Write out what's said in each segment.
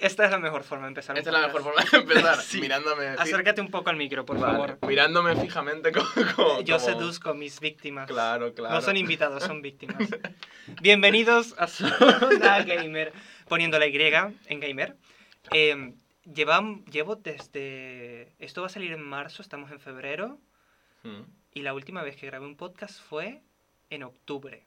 Esta es la mejor forma de empezar. un Esta es la mejor podcast. forma de empezar. Sí. Mirándome, fi- Acércate un poco al micro, por Vale, favor. mirándome fijamente como. como- Yo como- seduzco mis víctimas. Claro, claro. No son invitados, son víctimas. Bienvenidos a Sonda Gamer. Poniendo la Y en Gamer. Eh, llevam- llevo desde... Esto va a salir en marzo, estamos en febrero. Mm. Y la última vez que grabé un podcast fue en octubre.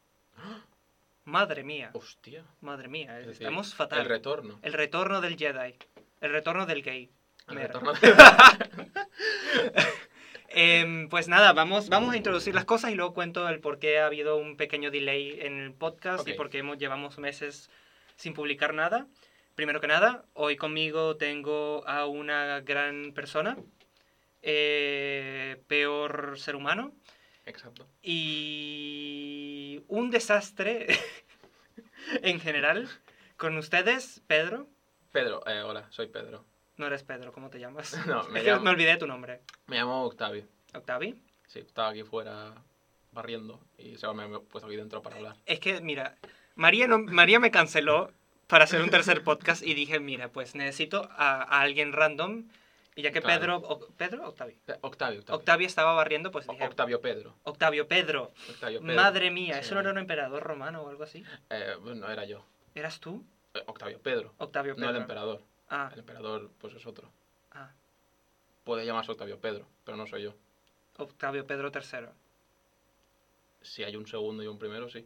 Madre mía, Hostia. madre mía, Es decir, estamos El fatal. retorno. El retorno del Jedi. El retorno del gay. El Mer. retorno de- Em, pues nada, vamos, vamos a introducir las cosas y luego cuento el por qué ha habido un pequeño delay en el podcast y Ok. por qué hemos, llevamos meses sin publicar nada. Primero que nada, hoy conmigo tengo a una gran persona, eh, peor ser humano Exacto. y un desastre en general. Con ustedes, Pedro. Pedro, eh, hola, soy Pedro. No eres Pedro, ¿cómo te llamas? No, me Es que llamo- me olvidé tu nombre. Me llamo Octavio. Octavi. Sí, estaba aquí fuera barriendo y se me ha puesto aquí dentro para hablar. Es que, mira, María, no, María me canceló para hacer un tercer podcast y dije, mira, pues necesito a, a alguien random. Y ya que Claro. Pedro, o- Pedro, Octavio. Eh, Octavio, Octavio. Octavio estaba barriendo, pues O- dije, Octavio Pedro. Octavio, Pedro, Octavio Pedro. madre mía, Sí, ¿eso no vale. era un emperador romano o algo así? Eh, no era yo. ¿Eras tú? Eh, Octavio Pedro. Octavio Pedro. No el emperador. Ah, El emperador, pues es otro. ah, Puede llamarse Octavio Pedro, pero no soy yo. Octavio Pedro III. Si hay un segundo y un primero, sí.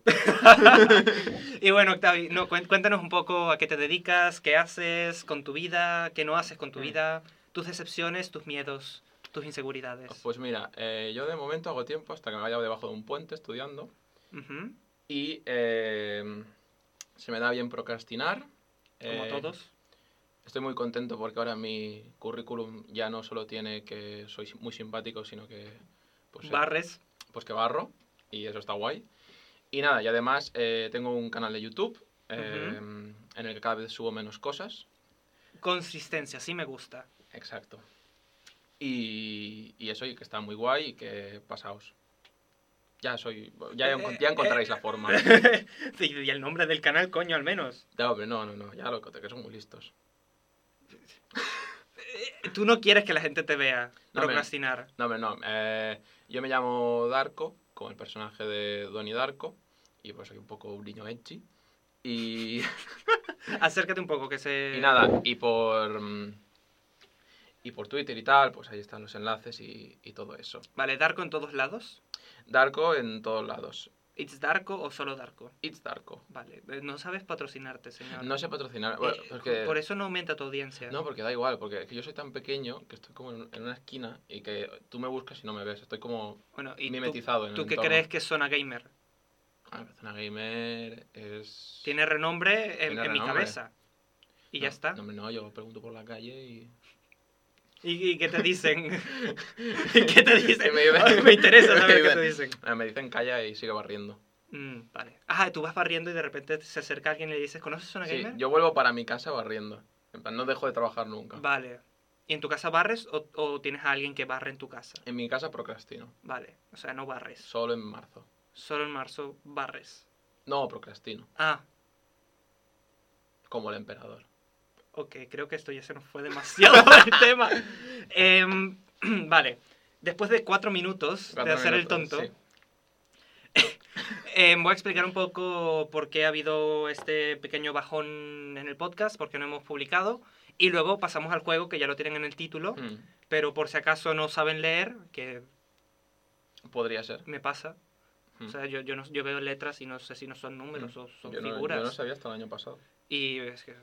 Y bueno, Octavio, no, cuen- cuéntanos un poco a qué te dedicas, qué haces con tu vida, qué no haces con tu Mm. vida, tus decepciones, tus miedos, tus inseguridades. Pues mira, eh, yo de momento hago tiempo hasta que me vaya debajo de un puente estudiando. Ujú, Y eh, se me da bien procrastinar. Como Eh, todos. Estoy muy contento porque ahora mi currículum ya no solo tiene que soy muy simpático, sino que... Pues, eh, Barres. pues que barro y eso está guay. Y nada, y además eh, tengo un canal de YouTube eh, en el que cada vez subo menos cosas. Consistencia, sí me gusta. Exacto. Y, y eso, y que está muy guay y que pasaos. Ya soy. Eh, Ya, encon- ya encontraréis la forma. Sí, y el nombre del canal, coño, al menos. Ya, hombre, no, no, no, ya lo encontré, que son muy listos. Tú no quieres que la gente te vea No, procrastinar. No, hombre, no. eh, yo me llamo Darko, como el personaje de Donnie Darko. Y pues soy un poco un niño edgy. Y. Acércate un poco, que se... Y nada, y por. mm, Y por Twitter y tal, pues ahí están los enlaces y, y todo eso. Vale, Darko en todos lados. Darko en todos lados. ¿It's Darko o solo Darko? It's Darko. Vale, eh, no sabes patrocinarte, señor. No sé patrocinar. Eh, bueno, porque, Por eso no aumenta tu audiencia. no, porque da igual, porque es que yo soy tan pequeño que estoy como en, en una esquina y que tú me buscas y no me ves. Estoy como bueno, y tú, mimetizado en el tú que entorno. crees que Zona Gamer Ah, pero Zona Gamer es. tiene renombre en, Tiene en mi renombre. cabeza. Y ya No, está. No, hombre, no, yo pregunto por la calle y. ¿Y, y qué te dicen? ¿Y ¿Qué te dicen? Que me iba- me interesa saber me qué iba- te dicen. Ah, Me dicen calla y sigue barriendo. Mm, vale. Ah, tú vas barriendo y de repente se acerca alguien y le dices, ¿conoces Zona Sí, Gamer? yo vuelvo para mi casa barriendo. En plan, no dejo de trabajar nunca. Vale. ¿Y en tu casa barres o, o tienes a alguien que barre en tu casa? En mi casa procrastino. Vale. O sea, no barres. Solo en marzo. Solo en marzo barres. No, procrastino. Ah, Como el emperador. ok. Creo que esto ya se nos fue demasiado el tema. Em, vale. Después de cuatro minutos de Cuatro hacer el minutos, tonto, sí. em, voy a explicar un poco por qué ha habido este pequeño bajón en el podcast, por qué no hemos publicado. Y luego pasamos al juego, que ya lo tienen en el título. Mm, Pero por si acaso no saben leer, que Podría ser. me pasa, Mm. O sea, yo, yo, no, yo veo letras y no sé si no son números o son yo, no, figuras. yo no sabía hasta el año pasado. Y es que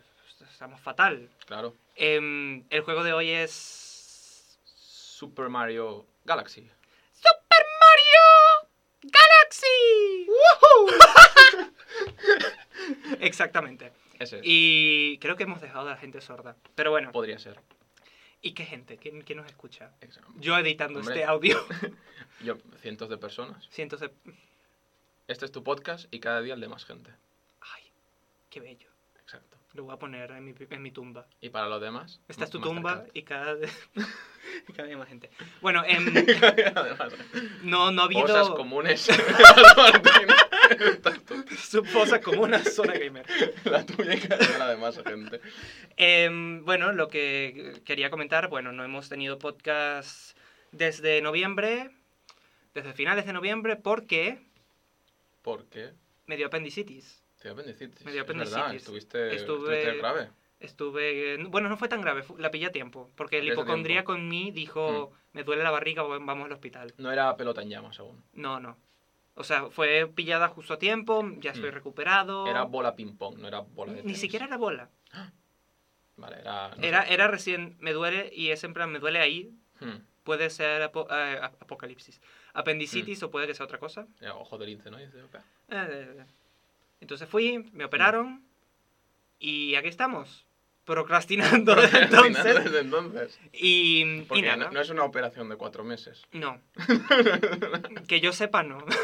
estamos fatal. Claro. Em, el juego de hoy es... Super Mario Galaxy. ¡Super Mario Galaxy! Exactamente. Ese es. Y creo que hemos dejado a la gente sorda. Pero bueno, Podría ser. ¿y qué gente? ¿Quién, quién nos escucha? Ex- Yo editando Hombre. este audio. Yo, cientos de personas. Siento de... Este es tu podcast y cada día el de más gente. ¡Ay! ¡Qué bello! Exacto. Lo voy a poner en mi, en mi tumba. Y para los demás. Esta es tu más tumba cercano. y cada... y cada vez más gente. Bueno, em, Además, no, no ha habido... Cosas comunes. su fosa común a zona gamer. La tuya y cada de la demás gente. Em, bueno, lo que quería comentar, bueno, no hemos tenido podcast desde noviembre, desde finales de noviembre, porque ¿Por qué? me dio apendicitis. Te dio apendicitis. Me dio es verdad, apendicitis. estuviste, Estuve- estuviste grave. Estuve, eh, bueno, no fue tan grave, fu- la pillé a tiempo, porque el Pillaste a hipocondríaco en mí Mm. dijo, me duele la barriga, va- vamos al hospital. No era pelota en llamas aún. No, no. O sea, fue pillada justo a tiempo, ya estoy Mm. recuperado. Era bola ping-pong, no era bola de Ni tenis. siquiera era bola. Vale, era... no sé. Era, era recién, me duele y es en plan, me duele ahí. Hmm, Puede ser apo- eh, ap- apocalipsis. Apendicitis Mm. o puede que sea otra cosa. era ojo de lince, ¿no? Y dices, "Opa". Eh, Entonces fui, me operaron y aquí estamos. Procrastinando desde entonces. Desde entonces. Y, y Porque nada. no, no es una operación de cuatro meses. No. que yo sepa, no.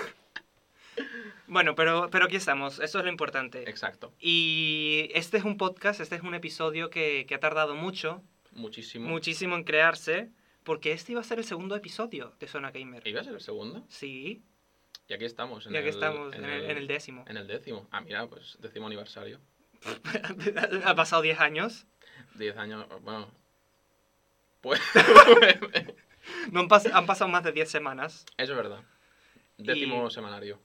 bueno, pero, pero aquí estamos. Eso es lo importante. Exacto. Y este es un podcast, este es un episodio que, que ha tardado mucho, Muchísimo. muchísimo en crearse, porque este iba a ser el segundo episodio de Zona ¿E Gamer. ¿Iba a ser el segundo? Sí, Y aquí estamos. En ya que el- estamos en el, en el décimo. en el décimo. Ah, mira, pues décimo aniversario. ha pasado 10 años. Diez años, bueno... Pues... No han, pas- han pasado más de 10 semanas. Eso es verdad. Décimo semanario.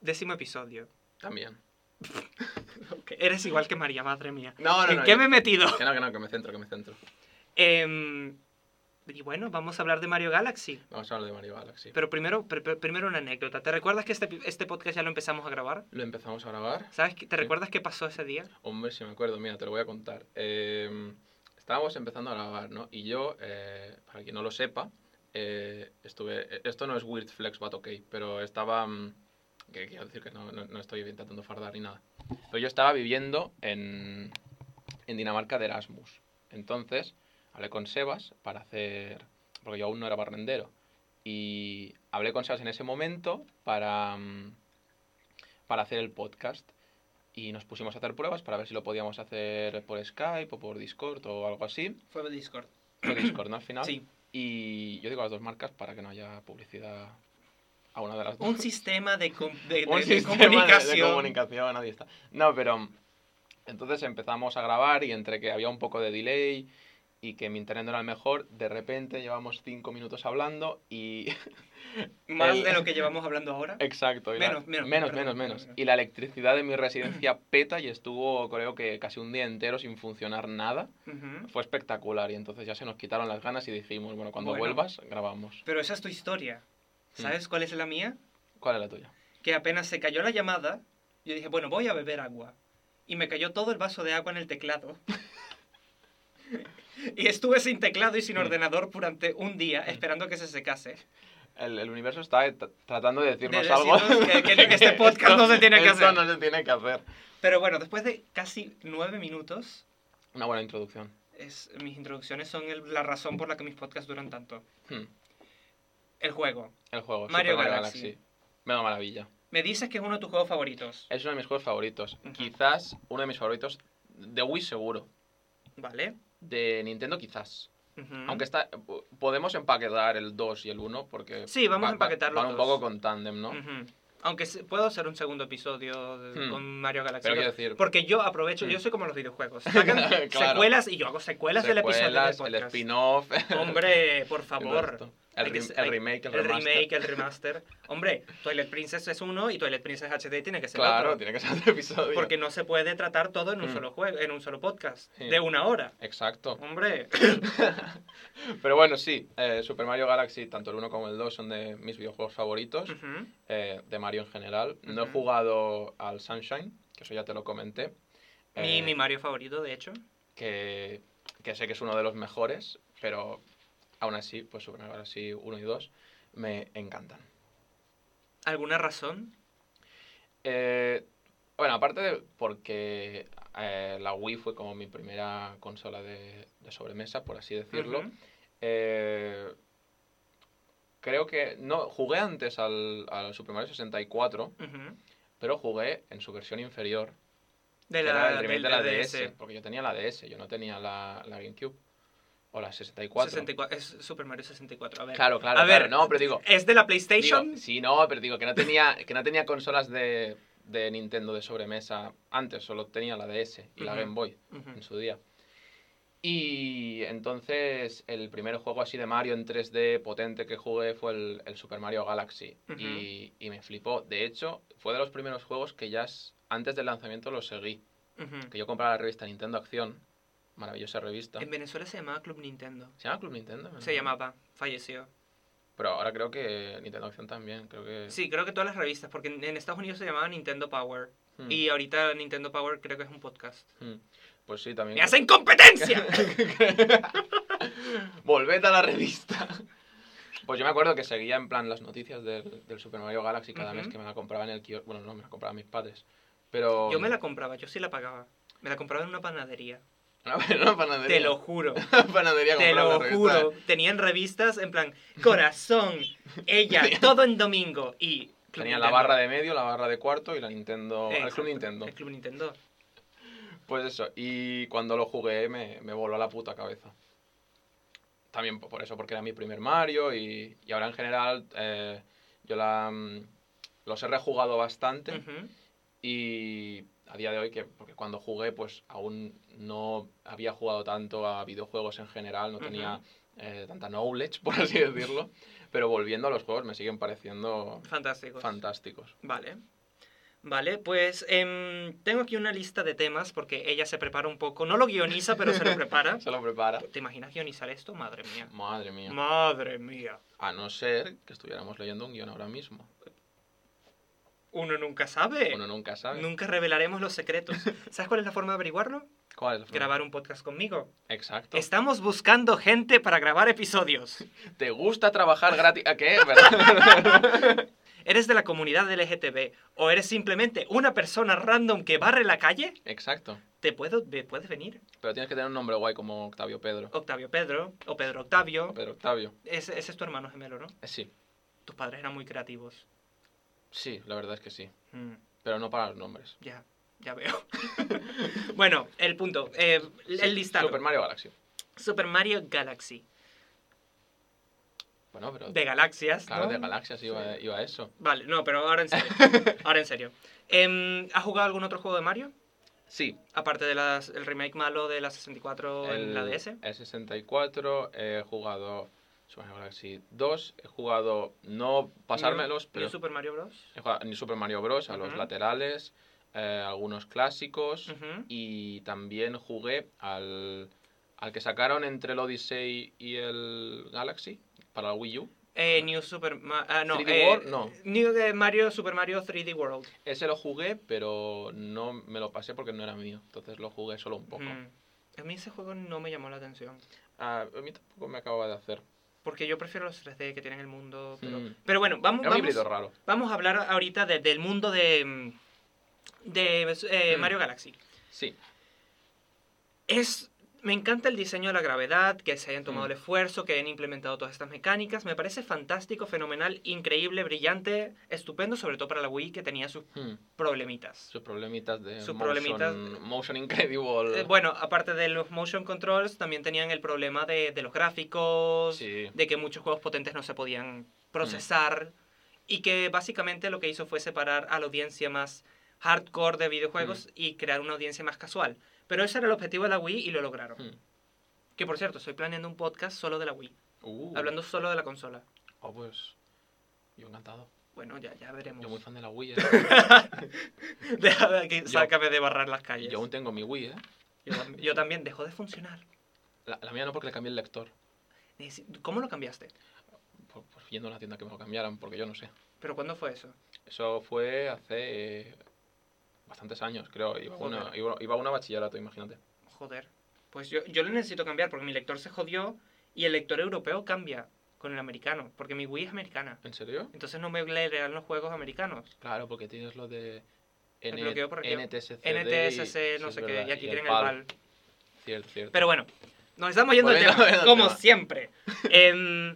Décimo episodio. También. Eres igual que María, madre mía. No, no, ¿En no. qué yo- me he metido? Que no, que no, que me centro, que me centro. Em, y bueno, vamos a hablar de Mario Galaxy. Vamos a hablar de Mario Galaxy. Pero primero, pr- pr- primero una anécdota. ¿Te recuerdas que este, pi- este podcast ya lo empezamos a grabar? Lo empezamos a grabar. ¿Sabes? qué- ¿Te Sí. recuerdas qué pasó ese día? Hombre, si me acuerdo, mira, te lo voy a contar. Eh, estábamos empezando a grabar, ¿no? Y yo, eh, para quien no lo sepa, eh, estuve... eh, Esto no es Weird Flex, but ok, pero estaba... mm, que quiero decir que no, no, no estoy intentando fardar ni nada. Pero yo estaba viviendo en, en Dinamarca de Erasmus. Entonces, hablé con Sebas para hacer... Porque yo aún no era barrendero. Y hablé con Sebas en ese momento para, mm, para hacer el podcast. Y nos pusimos a hacer pruebas para ver si lo podíamos hacer por Skype o por Discord o algo así. Fue Discord. Por Discord, ¿no? Al final. Sí. Y yo digo las dos marcas para que no haya publicidad a una de las dos. Un sistema de, com- de- de- Un de sistema de- comunicación. de comunicación, ahí está. No, pero entonces empezamos a grabar y entre que había un poco de delay y que mi internet no era el mejor, de repente llevamos cinco minutos hablando y... Más El- Eh. de lo que llevamos hablando ahora. Exacto. y la- Menos, menos, menos, perdón, menos, menos. menos. Y la electricidad de mi residencia peta y estuvo creo que casi un día entero sin funcionar nada. Ujú. Fue espectacular y entonces ya se nos quitaron las ganas y dijimos, bueno, cuando Bueno. vuelvas grabamos. Pero esa es tu historia. Mm. ¿Sabes cuál es la mía? ¿Cuál es la tuya? Que apenas se cayó la llamada, yo dije, bueno, voy a beber agua. Y me cayó todo el vaso de agua en el teclado. y estuve sin teclado y sin Mm. ordenador durante un día Mm. esperando que se secase. El, el universo está eh, t- tratando de decirnos De algo. decirnos que- que este podcast no se tiene que esto hacer. no se tiene que hacer. Pero bueno, después de casi nueve minutos, Una buena introducción. es, mis introducciones son el- la razón por la que mis podcasts duran tanto. Hmm. El juego. El juego. Mario Super Galaxy. Mega maravilla. Me dices que es uno de tus juegos favoritos. Es uno de mis juegos favoritos. Ujú. Quizás uno de mis favoritos de Wii seguro. Vale. De Nintendo quizás. Ujú. Aunque está, podemos empaquetar el 2 y el 1 porque... Sí, vamos a empaquetar los Van un dos. Mm. poco con tándem, ¿no? Ujú. Aunque se- puedo hacer un segundo episodio de- Hmm. con Mario Galaxy. Pero quiero dos, decir... Porque yo aprovecho, Hmm. yo soy como los videojuegos. Sacan Claro. secuelas y yo hago secuelas, del episodio del secuelas, el podcast. spin-off... Hombre, por el favor. resto. El, Hay que rem- ser- el hay- remake, el, El remaster. remake, el remaster. Hombre, Toilet Princess es uno y Toilet Princess HD tiene que ser Claro, otro. tiene que ser otro episodio. Porque no se puede tratar todo en un Mm. solo juego, en un solo podcast, Sí. de una hora. Exacto. Hombre, Pero bueno, sí, eh, Super Mario Galaxy, tanto el 1 como el 2 son de mis videojuegos favoritos, Ujú. eh, de Mario en general. No he Mm. Ujú. jugado al Sunshine, que eso ya te lo comenté. mi, eh, mi Mario favorito, de hecho. que, que sé que es uno de los mejores, pero aún así, pues Super Mario Galaxy 1 y 2 me encantan. ¿Alguna razón? Eh, bueno, aparte de porque eh, la Wii fue como mi primera consola de, de sobremesa, por así decirlo, Ujú. eh, creo que... No, jugué antes al, al Super Mario 64, Ujú. pero jugué en su versión inferior. De que era el la, remake del, de la del DS, DS. porque yo tenía la DS, yo no tenía la, la GameCube. O la 64. 64, es Super Mario 64. A ver. Claro, claro, A claro, ver, no, pero digo... ¿Es de la digo, PlayStation? sí, no, pero digo que no tenía, que no tenía consolas de, de Nintendo de sobremesa. Antes solo tenía la DS y la Ujú. Game Boy Ujú. en su día. Y entonces el primer juego así de Mario en 3D potente que jugué fue el, el Super Mario Galaxy. Ujú. y, y me flipó. De hecho, fue de los primeros juegos que ya s- antes del lanzamiento lo seguí. Ujú. Que yo compraba la revista Nintendo Acción. Maravillosa revista. En Venezuela se llamaba Club Nintendo. ¿Se llama Club Nintendo? Se llamaba, falleció. Pero ahora creo que Nintendo Acción también. Creo que... Sí, creo que todas las revistas, porque en en Estados Unidos se llamaba Nintendo Power. Hmm, Y ahorita Nintendo Power creo que es un podcast. hmm. Pues sí, también. ¡Me hacen competencia! Volved a la revista. Pues yo me acuerdo que seguía en plan las noticias del, del Super Mario Galaxy cada Ujú. mes que me la compraban en el kiosco. Bueno, no, me la compraban mis padres. Pero. Yo me la compraba, yo sí la pagaba. Me la compraba en una panadería. No, pero no, panadería. Te lo juro. panadería Te compraba lo una revista. juro. Tenían revistas en plan Corazón, ella, todo en domingo. Y. Club Tenía la Nintendo. barra de medio, la barra de cuarto y la Nintendo. el Exacto, Club Nintendo. El Club Nintendo. Pues eso. Y cuando lo jugué me, me voló la puta cabeza. También po- por eso, porque era mi primer Mario y, y ahora en general eh, yo la, mm, los he rejugado bastante. Ujú. Y a día de hoy, que porque cuando jugué, pues aún no había jugado tanto a videojuegos en general, no Ujú. tenía eh, tanta knowledge, por así decirlo. Pero volviendo a los juegos, me siguen pareciendo Fantásticos. fantásticos. Vale. Vale, pues em, tengo aquí una lista de temas porque ella se prepara un poco. No lo guioniza, pero se lo prepara. Se lo prepara. ¿Te imaginas guionizar esto? Madre mía. Madre mía. Madre mía. A no ser que estuviéramos leyendo un guión ahora mismo. Uno nunca sabe. Uno nunca sabe. Eh, Nunca revelaremos los secretos. ¿Sabes cuál es la forma de averiguarlo? ¿Cuál es la forma? Grabar un podcast conmigo. Exacto. Estamos buscando gente para grabar episodios. ¿Te gusta trabajar gratis? ¿A qué? ¿Verdad? ¿Eres de la comunidad LGTB o eres simplemente una persona random que barre la calle? Exacto. Te puedo, ve- puedes venir. Pero tienes que tener un nombre guay como Octavio Pedro. Octavio Pedro o Pedro Octavio. Pedro Octavio. Ese, ese es tu hermano gemelo, ¿no? Eh, Sí, Tus padres eran muy creativos. sí, la verdad es que sí. Mm, Pero no para los nombres. ya, ya veo. bueno, el punto. eh, Sí, el listado. Super Mario Galaxy. Super Mario Galaxy. Bueno, pero. De galaxias. claro, ¿no? de galaxias iba, Sí. iba a eso. Vale, no, pero ahora en serio. ahora en serio. Em, ¿Has jugado algún otro juego de Mario? Sí. Aparte del el remake malo de la 64 en la DS. El 64, he jugado Super Mario Galaxy 2, he jugado no pasármelos, New- New pero Super Mario Bros. he jugado ni Super Mario Bros. a los Ujú. laterales, eh, algunos clásicos Ujú. y también jugué al, al que sacaron entre el Odyssey y el Galaxy para la Wii U. Eh, New Super Ma- ah, no, 3D eh, World, no. New eh, Mario Super Mario 3D World. Ese lo jugué, pero no me lo pasé porque no era mío, entonces lo jugué solo un poco. Mm. A mí ese juego no me llamó la atención. Ah, a mí tampoco me acababa de hacer. Porque yo prefiero los 3D que tienen el mundo. Pero, Mm. pero bueno, vamos, Era un híbrido vamos, raro. vamos a hablar ahorita de- del mundo de, mm, de eh, Mm. Mario Galaxy. Sí, Es, me encanta el diseño de la gravedad, que se hayan tomado Mm. el esfuerzo, que hayan implementado todas estas mecánicas. Me parece fantástico, fenomenal, increíble, brillante, estupendo, sobre todo para la Wii que tenía sus Hmm, problemitas. sus problemitas de Sus motion, problemitas- motion incredible. Eh, bueno, aparte de los motion controls, también tenían el problema de, de los gráficos, sí, de que muchos juegos potentes no se podían procesar y que básicamente lo que hizo fue separar a la audiencia más hardcore de videojuegos y crear una audiencia más casual. Pero ese era el objetivo de la Wii y lo lograron. hmm. Que por cierto, estoy planeando un podcast solo de la Wii, Uh, hablando solo de la consola. Oh, pues yo encantado. Bueno, ya, ya Yo muy veremos. fan de la Wii. ¿eh? Deja que sácame de barrar las calles. yo aún tengo mi Wii, ¿eh? Yo tam- yo también, dejó de funcionar. La, la mía no porque le cambié el lector. Neces- ¿Cómo lo cambiaste? Por, por yendo a una tienda que me lo cambiaran, porque yo no sé. ¿Pero cuándo fue eso? Eso fue hace eh, bastantes años, creo. Iba a una, Joder. iba, iba a una bachillerato, imagínate. Joder. Pues yo, yo lo necesito cambiar porque mi lector se jodió y el lector europeo cambia con el americano, porque mi Wii es americana. ¿En serio? Entonces no me leerán los juegos americanos. Claro, porque tienes lo de El N- bloqueo por aquí. NTSC. NTSC, no sé qué, y aquí tienen el pal. bal. Cierto, cierto. Pero bueno, nos estamos yendo al Volviendo tema, al tema. como siempre. Em,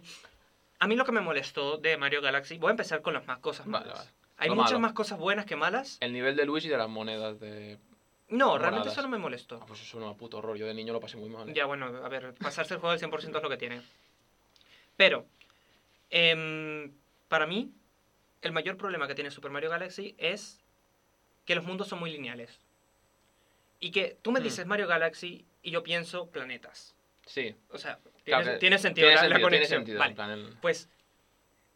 a mí lo que me molestó de Mario Galaxy, voy a empezar con las más cosas Vale, malas. vale. Hay Lo muchas malo. Eh, más cosas buenas que malas. El nivel de Luigi de las monedas de. No, Moradas. realmente eso no me molestó. Ah, pues eso no un puto horror. Yo de niño lo pasé muy mal. ¿eh? Ya, bueno, a ver, pasarse el juego al 100% es lo que tiene. Pero, em, para mí, el mayor problema que tiene Super Mario Galaxy es que los mundos son muy lineales. Y que tú me Hmm. dices Mario Galaxy y yo pienso planetas. Sí. O sea, tiene, Claro que- tiene sentido la, la tiene conexión. sentido, en Vale. plan, el- Pues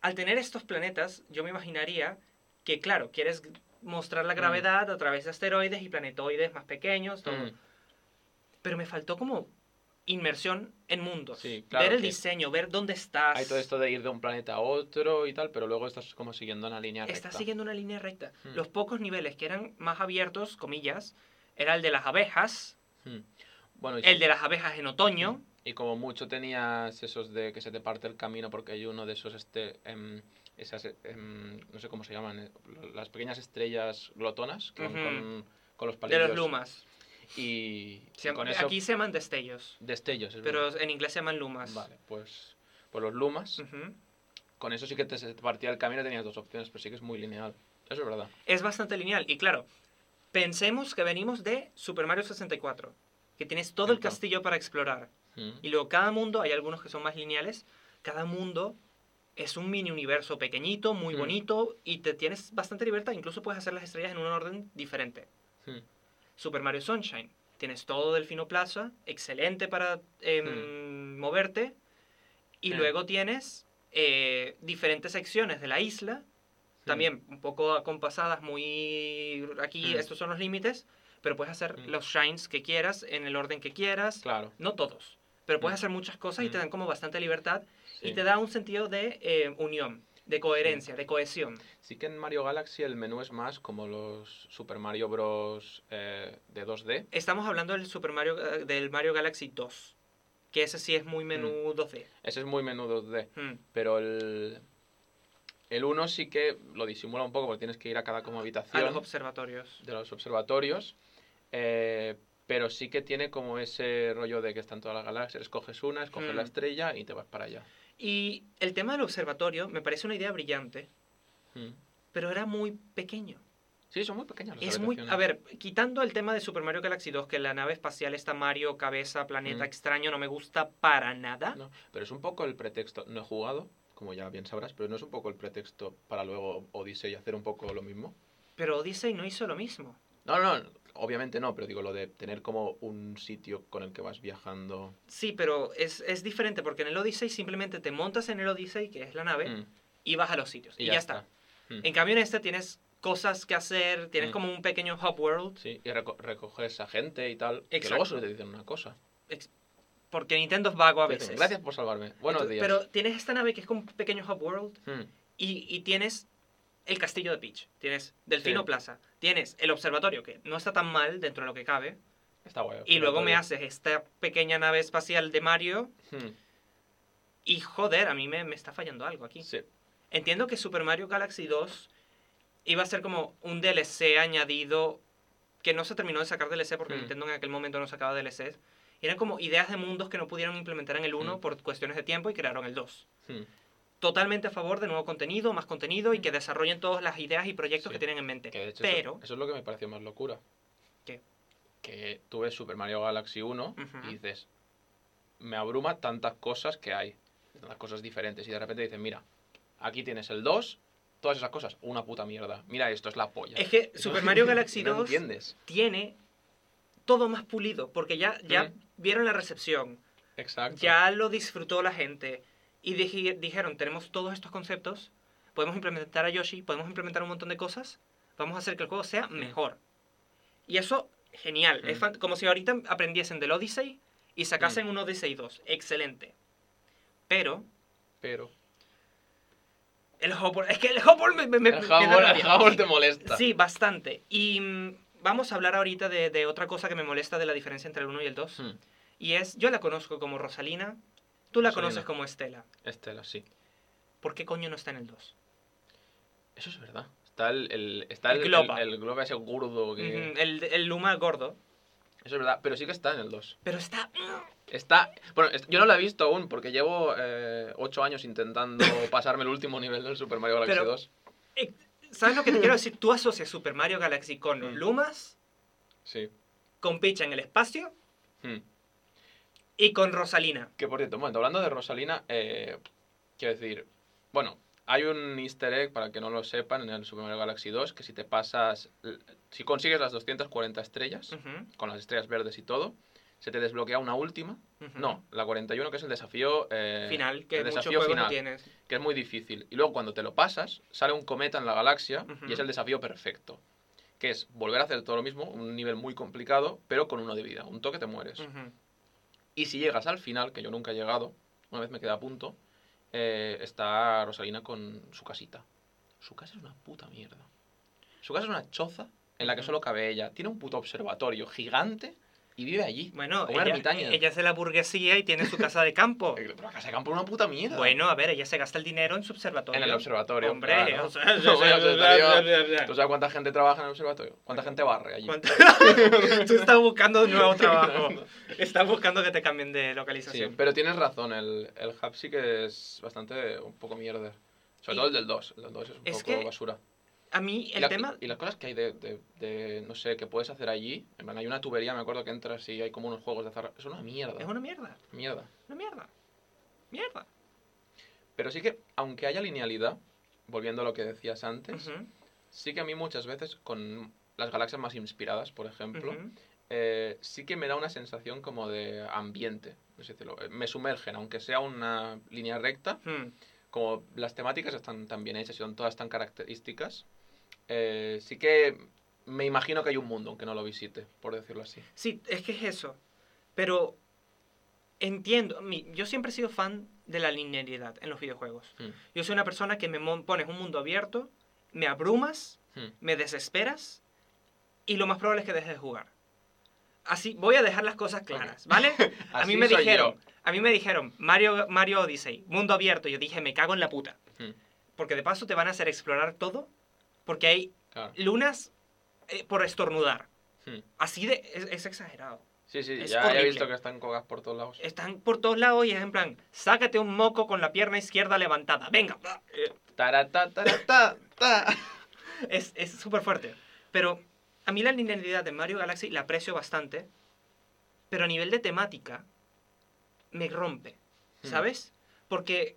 al tener estos planetas, yo me imaginaría que, claro, quieres mostrar la Mm. gravedad a través de asteroides y planetoides más pequeños, todo. Mm, Pero me faltó como inmersión en mundos. Sí, claro ver el que- diseño, ver dónde estás. Hay todo esto de ir de un planeta a otro y tal, pero luego estás como siguiendo una línea recta. Estás siguiendo una línea recta. Mm. Los pocos niveles que eran más abiertos, comillas, era el de las abejas, Mm. Bueno, y Mm. el de las abejas en otoño. Y como mucho tenías esos de que se te parte el camino porque hay uno de esos, este, em, esas, em, no sé cómo se llaman, eh, las pequeñas estrellas glotonas que van Ujú. con, con los de palillos. los lumas. Y, y Se- con eso, Aquí se llaman destellos, destellos. es pero verdad. en inglés se llaman lumas. Vale, pues, pues los lumas, Ujú. con eso sí que te, se te partía el camino y tenías dos opciones, pero sí que es muy lineal. Eso es verdad. es bastante lineal. Y claro, pensemos que venimos de Super Mario 64, que tienes todo el Entiendo. castillo para explorar. Mm. Y luego cada mundo, hay algunos que son más lineales, cada mundo es un mini universo pequeñito, muy Mm. bonito, y te tienes bastante libertad. Incluso puedes hacer las estrellas en un orden diferente. Mm. Super Mario Sunshine. Tienes todo Delfino Plaza, excelente para em, moverte. Y Mm. luego tienes eh, diferentes secciones de la isla, también un poco acompasadas, muy aquí, Mm. estos son los límites, pero puedes hacer Mm. los shines que quieras, en el orden que quieras, Claro. no todos, pero puedes Mm. hacer muchas cosas y te Mm. dan como bastante libertad y sí. te da un sentido de eh, unión, de coherencia, de cohesión. Sí que en Mario Galaxy el menú es más como los Super Mario Bros. eh, de 2D. Estamos hablando del Super Mario, eh, del Mario Galaxy 2, que ese sí es Mm. muy menú 2D. Ese es muy menú 2D. Mm. Pero el. El 1 sí que lo disimula un poco porque tienes que ir a cada como A habitación los observatorios. de los observatorios. eh, pero sí que tiene como ese rollo de que están todas las galaxias. Escoges una, escoges la Hmm. estrella y te vas para allá. Y el tema del observatorio me parece una idea brillante, Hmm. pero era muy pequeño. Sí, son muy pequeñas las Es muy, habitaciones. a ver, quitando el tema de Super Mario Galaxy 2, que la nave espacial está Mario, cabeza, planeta Mm. extraño, no me gusta para nada. No, pero es un poco el pretexto. No he jugado, como ya bien sabrás, pero no es un poco el pretexto para luego Odyssey hacer un poco lo mismo. Pero Odyssey no hizo lo mismo. No, no, no, obviamente no, pero digo lo de tener como un sitio con el que vas viajando. Sí, pero es, es diferente porque en el Odyssey simplemente te montas en el Odyssey, que es la nave, Hmm, y vas a los sitios. Pues, Y, ya, está. Hmm. En cambio en este tienes cosas que hacer, tienes Mm. como un pequeño hub world, Sí, y reco- recoges a gente y tal. Que Exacto. luego solo te dicen una cosa. porque Nintendo es vago a Te dicen, veces. Gracias por salvarme. Buenos Entonces, días. Pero tienes esta nave que es como un pequeño hub world Hmm, y, y tienes el castillo de Peach, tienes Delfino Sí. Plaza, tienes el observatorio, que no está tan mal dentro de lo que cabe, Está guay. y luego observatorio. me haces esta pequeña nave espacial de Mario Hmm, y joder, a mí me, me está fallando algo aquí. Sí. Entiendo que Super Mario Galaxy 2 iba a ser como un DLC añadido que no se terminó de sacar DLC porque Hmm. Nintendo en aquel momento no sacaba DLCs. Y eran como ideas de mundos que no pudieron implementar en el 1 Hmm. por cuestiones de tiempo y crearon el 2. Hmm, Totalmente a favor de nuevo contenido, más contenido y que desarrollen todas las ideas y proyectos Sí. que tienen en mente. Que de hecho Pero, eso, eso es lo que me pareció más locura. ¿Qué? Que tú ves Super Mario Galaxy 1 Ujú. y dices, me abruma tantas cosas que hay, tantas cosas diferentes. Y de repente dicen, mira, aquí tienes el 2, todas esas cosas, una puta mierda. Mira esto, es la polla. es que Super Mario Galaxy no 2 entiendes. tiene todo más pulido porque ya, ya Hmm. vieron la recepción, Exacto. ya lo disfrutó la gente y dije- dijeron, tenemos todos estos conceptos, podemos implementar a Yoshi, podemos implementar un montón de cosas, vamos a hacer que el juego sea mejor. Y eso, genial, es Mm. fan- como si ahorita aprendiesen del Odyssey y sacasen un Odyssey 2, excelente. Pero, Pero... el Hopper, es que el Hopper me, me- me- el me da jabón, el rabia. jabón te molesta. Sí, bastante. Y mm, vamos a hablar ahorita de, de otra cosa que me molesta de la diferencia entre el 1 y el 2. Hmm, Y es, yo la conozco como Rosalina, tú la Rosalina. conoces como Estela. Estela, Este, sí. ¿Por qué coño no está en el 2? Eso es verdad. Está el, el- está el, El globa. el- el globa ese gordo que... Ujú, el, el Luma gordo. Eso es verdad, pero sí que está en el 2. Pero está. Está. Bueno, es- yo no la he visto aún porque llevo eh, ocho años intentando pasarme el último nivel del Super Mario Galaxy Pero- 2. ¿Sabes lo que te quiero decir? Tú asocias Super Mario Galaxy con los Mm. Lumas, Sí. con Picha en el espacio Hmm. y con Rosalina. Que por cierto, un momento, hablando de Rosalina, eh, quiero decir. Bueno, hay un easter egg, para que no lo sepan, en el Super Mario Galaxy 2, que si te pasas, si consigues las 240 estrellas, Ujú, con las estrellas verdes y todo, se te desbloquea una última. ujú. No, la 41, que es el desafío eh, Mm. Final, que el mucho desafío juego no final. tienes. que es muy difícil. Y luego cuando te lo pasas, sale un cometa en la galaxia Ujú. y es el desafío perfecto. Que es volver a hacer todo lo mismo, un nivel muy complicado, pero con uno de vida. Un toque te mueres. Ujú. Y si llegas al final, que yo nunca he llegado, una vez me quedé a punto, eh, está Rosalina con su casita. Su casa es una puta mierda. Su casa es una choza en la que Ujú. solo cabe ella. Tiene un puto observatorio gigante y vive allí. Bueno, como una ella, ermitaña. ella es de la burguesía y tiene su casa de campo. Eh, Pero la casa de campo es una puta mierda. bueno, a ver, ella se gasta el dinero en su observatorio. En el observatorio. Hombre, claro. o sea, Bueno, observatorio. ¿Tú sabes cuánta gente trabaja en el observatorio? ¿Cuánta gente barre allí? ¿Cuánto- Tú estás buscando un nuevo trabajo. Estás buscando que te cambien de Sí, localización. pero tienes razón, el, el hub sí que es bastante un poco mierder. Sobre Y- todo el del 2. El del 2 es un Es poco que basura. A mí y, el la- tema... y las cosas que hay de, de- de, no sé, que puedes hacer allí. En plan, hay una tubería, me acuerdo que entras y hay como unos juegos de azar. Es una mierda. Es una mierda. Mierda. Una mierda. Mierda. Pero sí que, aunque haya linealidad, volviendo a lo que decías antes, Ujú, sí que a mí muchas veces con las galaxias más inspiradas, por ejemplo, ujú. eh, sí que me da una sensación como de ambiente. no sé decirlo. Eh, Me sumergen, aunque sea una línea recta, Hmm. como las temáticas están tan bien hechas y son todas tan características, eh, sí que me imagino que hay un mundo, aunque no lo visite, por decirlo así. Sí, es que es eso. Pero entiendo, mi- yo siempre he sido fan de la linealidad en los videojuegos. Hmm, Yo soy una persona que me mon- pones un mundo abierto, me abrumas, hmm. me desesperas y lo más probable es que dejes de jugar. Así, voy a dejar las cosas claras, ¿vale? A mí Así me soy dijeron, a mí me dijeron Mario, Mario Odyssey, mundo abierto. Yo dije, me cago en la puta. yo. Hmm, Porque de paso te van a hacer explorar todo, porque hay claro. lunas eh, por estornudar. Hmm. Así de, es, es exagerado. Sí, sí, Es ya he horrible. Eh. visto que están cogas por todos lados. Están por todos lados y es en plan, sácate un moco con la pierna izquierda levantada. Venga, bla. Tarata, tarata, ta. es es súper fuerte. Pero a mí la linealidad de Mario Galaxy la aprecio bastante, pero a nivel de temática me rompe, Hmm. ¿sabes? Porque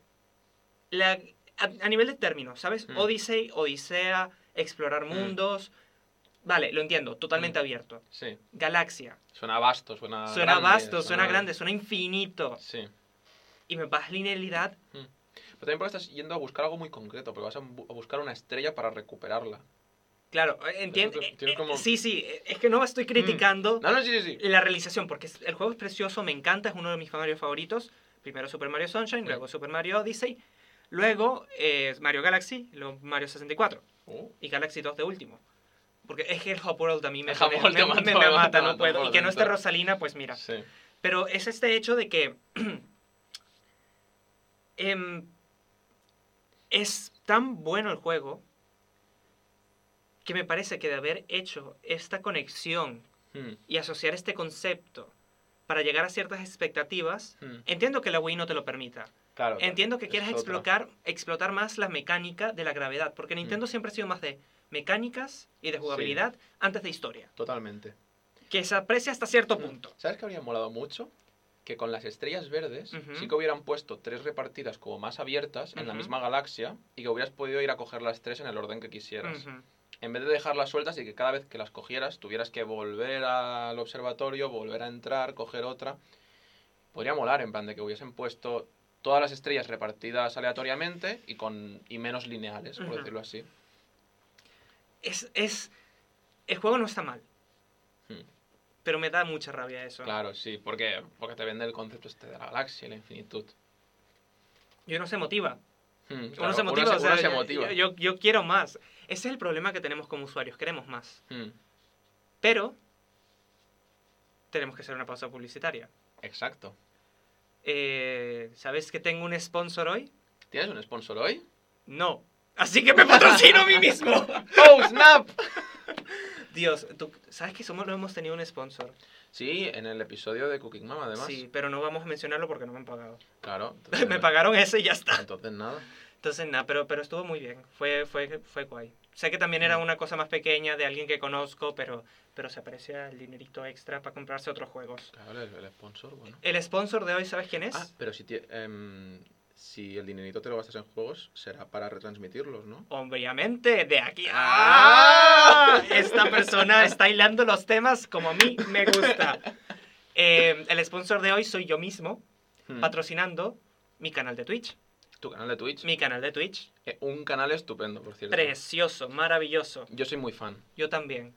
la- a, a nivel de términos, ¿sabes? Hmm. Odyssey, Odisea, explorar mundos. Vale, lo entiendo, totalmente Hmm. abierto. Sí, Galaxia. suena vasto, suena. Suena grande, vasto, suena grande, suena infinito. Sí. Y me vas linealidad. Pero también porque estás yendo a buscar algo muy concreto, porque vas a, bu- a buscar una estrella para recuperarla. Claro, entiendo. Tienes- tienes como- Mm. Sí, sí, eh, es que no estoy criticando. Ah, No, no, sí, sí, sí. la realización, porque es- el juego es precioso, me encanta, es uno de mis Mario favoritos. Primero Super Mario Sunshine, Mm. luego Super Mario Odyssey, luego eh, Mario Galaxy, luego Mario 64 Oh, y Galaxy 2 de último. Porque es que el Hop World a mí me, El Hop me- World te me- mató, me- me me mata, mató no puedo. por Y que no esté dentro. Rosalina, pues mira. sí. Pero es este hecho de que em, es tan bueno el juego que me parece que de haber hecho esta conexión Hmm, y asociar este concepto para llegar a ciertas expectativas, hmm. entiendo que la Wii no te lo permita. Claro. Entiendo que es quieras otra. explotar, explotar más la mecánica de la gravedad, porque Mm. Nintendo siempre ha sido más de mecánicas y de jugabilidad antes de historia, Totalmente. que se aprecia hasta cierto Mm. punto. ¿Sabes que habría molado mucho? Que con las estrellas verdes Ujú. sí que hubieran puesto tres repartidas como más abiertas en la Ujú. misma galaxia y que hubieras podido ir a coger las tres en el orden que quisieras. Ujú. En vez de dejarlas sueltas y que cada vez que las cogieras tuvieras que volver al observatorio, volver a entrar, coger otra. Podría molar, en plan de que hubiesen puesto todas las estrellas repartidas aleatoriamente y con y menos lineales, por Ujú. decirlo así. Es, es, el juego no está mal, Hmm. pero me da mucha rabia eso. Claro, sí, porque, porque te vende el concepto este de la galaxia y la infinitud. Yo no se motiva. Hmm, uno claro, se motiva, se- o sea, uno se yo- motiva. Yo, yo quiero más. Ese es el problema que tenemos como usuarios, queremos más. Hmm, Pero tenemos que hacer una pausa publicitaria. exacto. Eh, ¿Sabes que tengo un sponsor hoy? ¿Tienes un sponsor hoy? No. Así que me patrocino a mí mismo. ¡Oh, snap! Dios, tú sabes que somos, no hemos tenido un sponsor. Sí, en el episodio de Cooking Mama, además. Sí, pero no vamos a mencionarlo porque no me han pagado. Claro. me pagaron ese y ya está. Entonces, nada. Entonces, nada, pero, pero estuvo muy bien. Fue, fue, fue guay. Sé que también era una cosa más pequeña de alguien que conozco, pero, pero se aprecia el dinerito extra para comprarse otros juegos. Claro, el, el sponsor, bueno. El sponsor de hoy, ¿sabes quién es? Ah, pero si, tie- em, si el dinerito te lo gastas en juegos, será para retransmitirlos, ¿no? Obviamente, de aquí. ¡Ah! Esta persona está hilando los temas como a mí me gusta. Eh, el sponsor de hoy soy yo mismo, Hmm. patrocinando mi canal de Twitch. Tu canal de Twitch. Mi canal de Twitch, Eh, un canal estupendo, por cierto. precioso, maravilloso. Yo soy muy fan. Yo también.